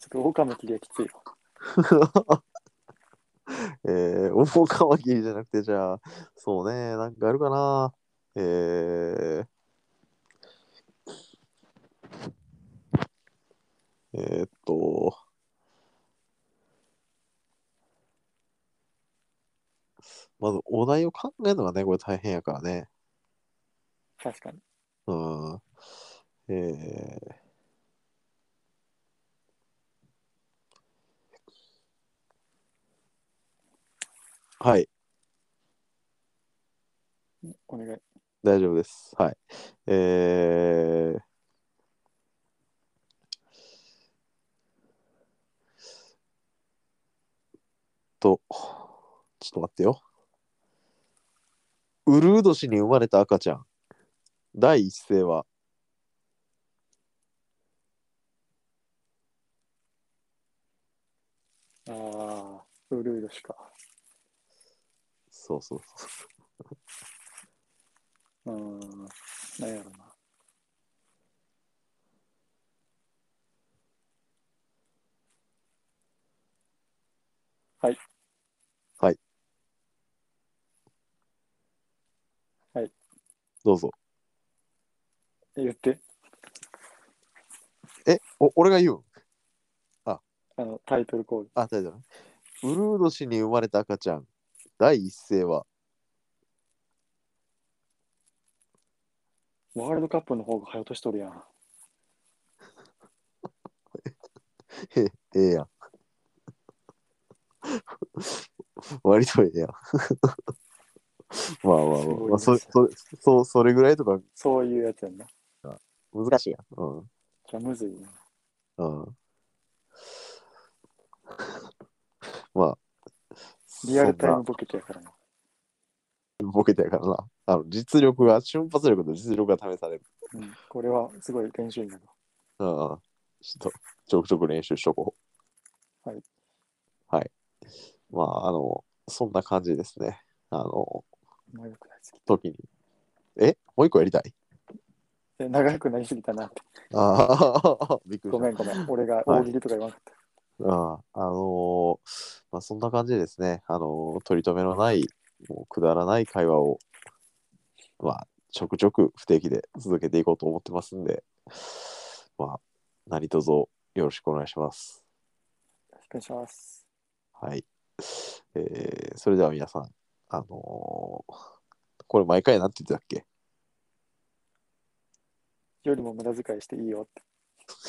C: ちょっとオカマキリはきついわ
D: えー、大カマキリじゃなくて、じゃあ、そうね、なんかあるかな。えー、えー、っと、まずお題を考えるのがね、これ大変やからね。
C: 確かに
D: うんえー、はい、
C: お願い
D: 大丈夫です。はい。えー、と、ちょっと待ってよ。ウルウ年に生まれた赤ちゃん、第一声は、
C: ああウルウルしか
D: そうそうそう。
C: うんなんやろなはい
D: はい
C: はい
D: どうぞ。
C: 言って
D: え、お俺が言うん
C: あのタイトルコール
D: あ、大丈夫。ウルード氏に生まれた赤ちゃん、第一声は、
C: ワールドカップの方が早落としとるやん。
D: へええやん。 [LAUGHS] 割とええやん。 [LAUGHS] まあまあまあ、まあ、そそそそれぐらいとか
C: そういうやつやんな。
D: 難しいやん。うん
C: じゃあむずいな。
D: うん、 [LAUGHS] まあ、
C: リアルタイム
D: そんな
C: ボケてやからな。
D: ボケてやからな。あの実力が、瞬発力と実力が試される。
C: うん、これはすごい練習になる。
D: うん、ちょっと、ちょくちょく練習しとこう。
C: はい。
D: はい。まあ、あの、そんな感じですね。あの、
C: 長くなりすぎ
D: 時に。えもう一個やりたい
C: え長くなりすぎたなって。
D: ああ、 [LAUGHS] びっくり
C: ご
D: した。
C: めんごめん。俺が大喜利とか言わなかった。
D: ああ、あのーまあ、そんな感じでですね、あのー取り留めのない、もうくだらない会話を、まあ、ちょくちょく不定期で続けていこうと思ってますんで、まあ、何卒よろしくお願いします。
C: よろしくお願いします。
D: はい。えーそれでは皆さん、あのーこれ毎回なんて言ってたっ
C: よりも無駄遣いしていいよって。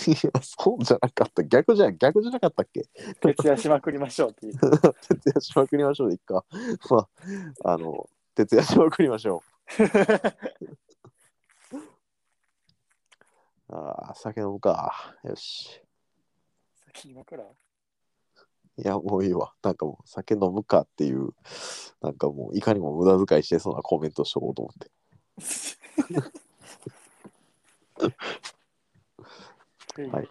D: けいや、 [LAUGHS] そうじゃなかった。逆じゃん、逆じゃなかったっけ
C: 徹夜しまくりましょうっていう。
D: 徹夜しまくりましょうでいっか。 [LAUGHS] まあ、あの、徹夜しまくりましょう。ああ、酒飲むか。よし。
C: 今から
D: いや、もういいわ。なんかもう、酒飲むかっていう、なんかもう、いかにも無駄遣いしてそうなコメントしとこうと思って。はい。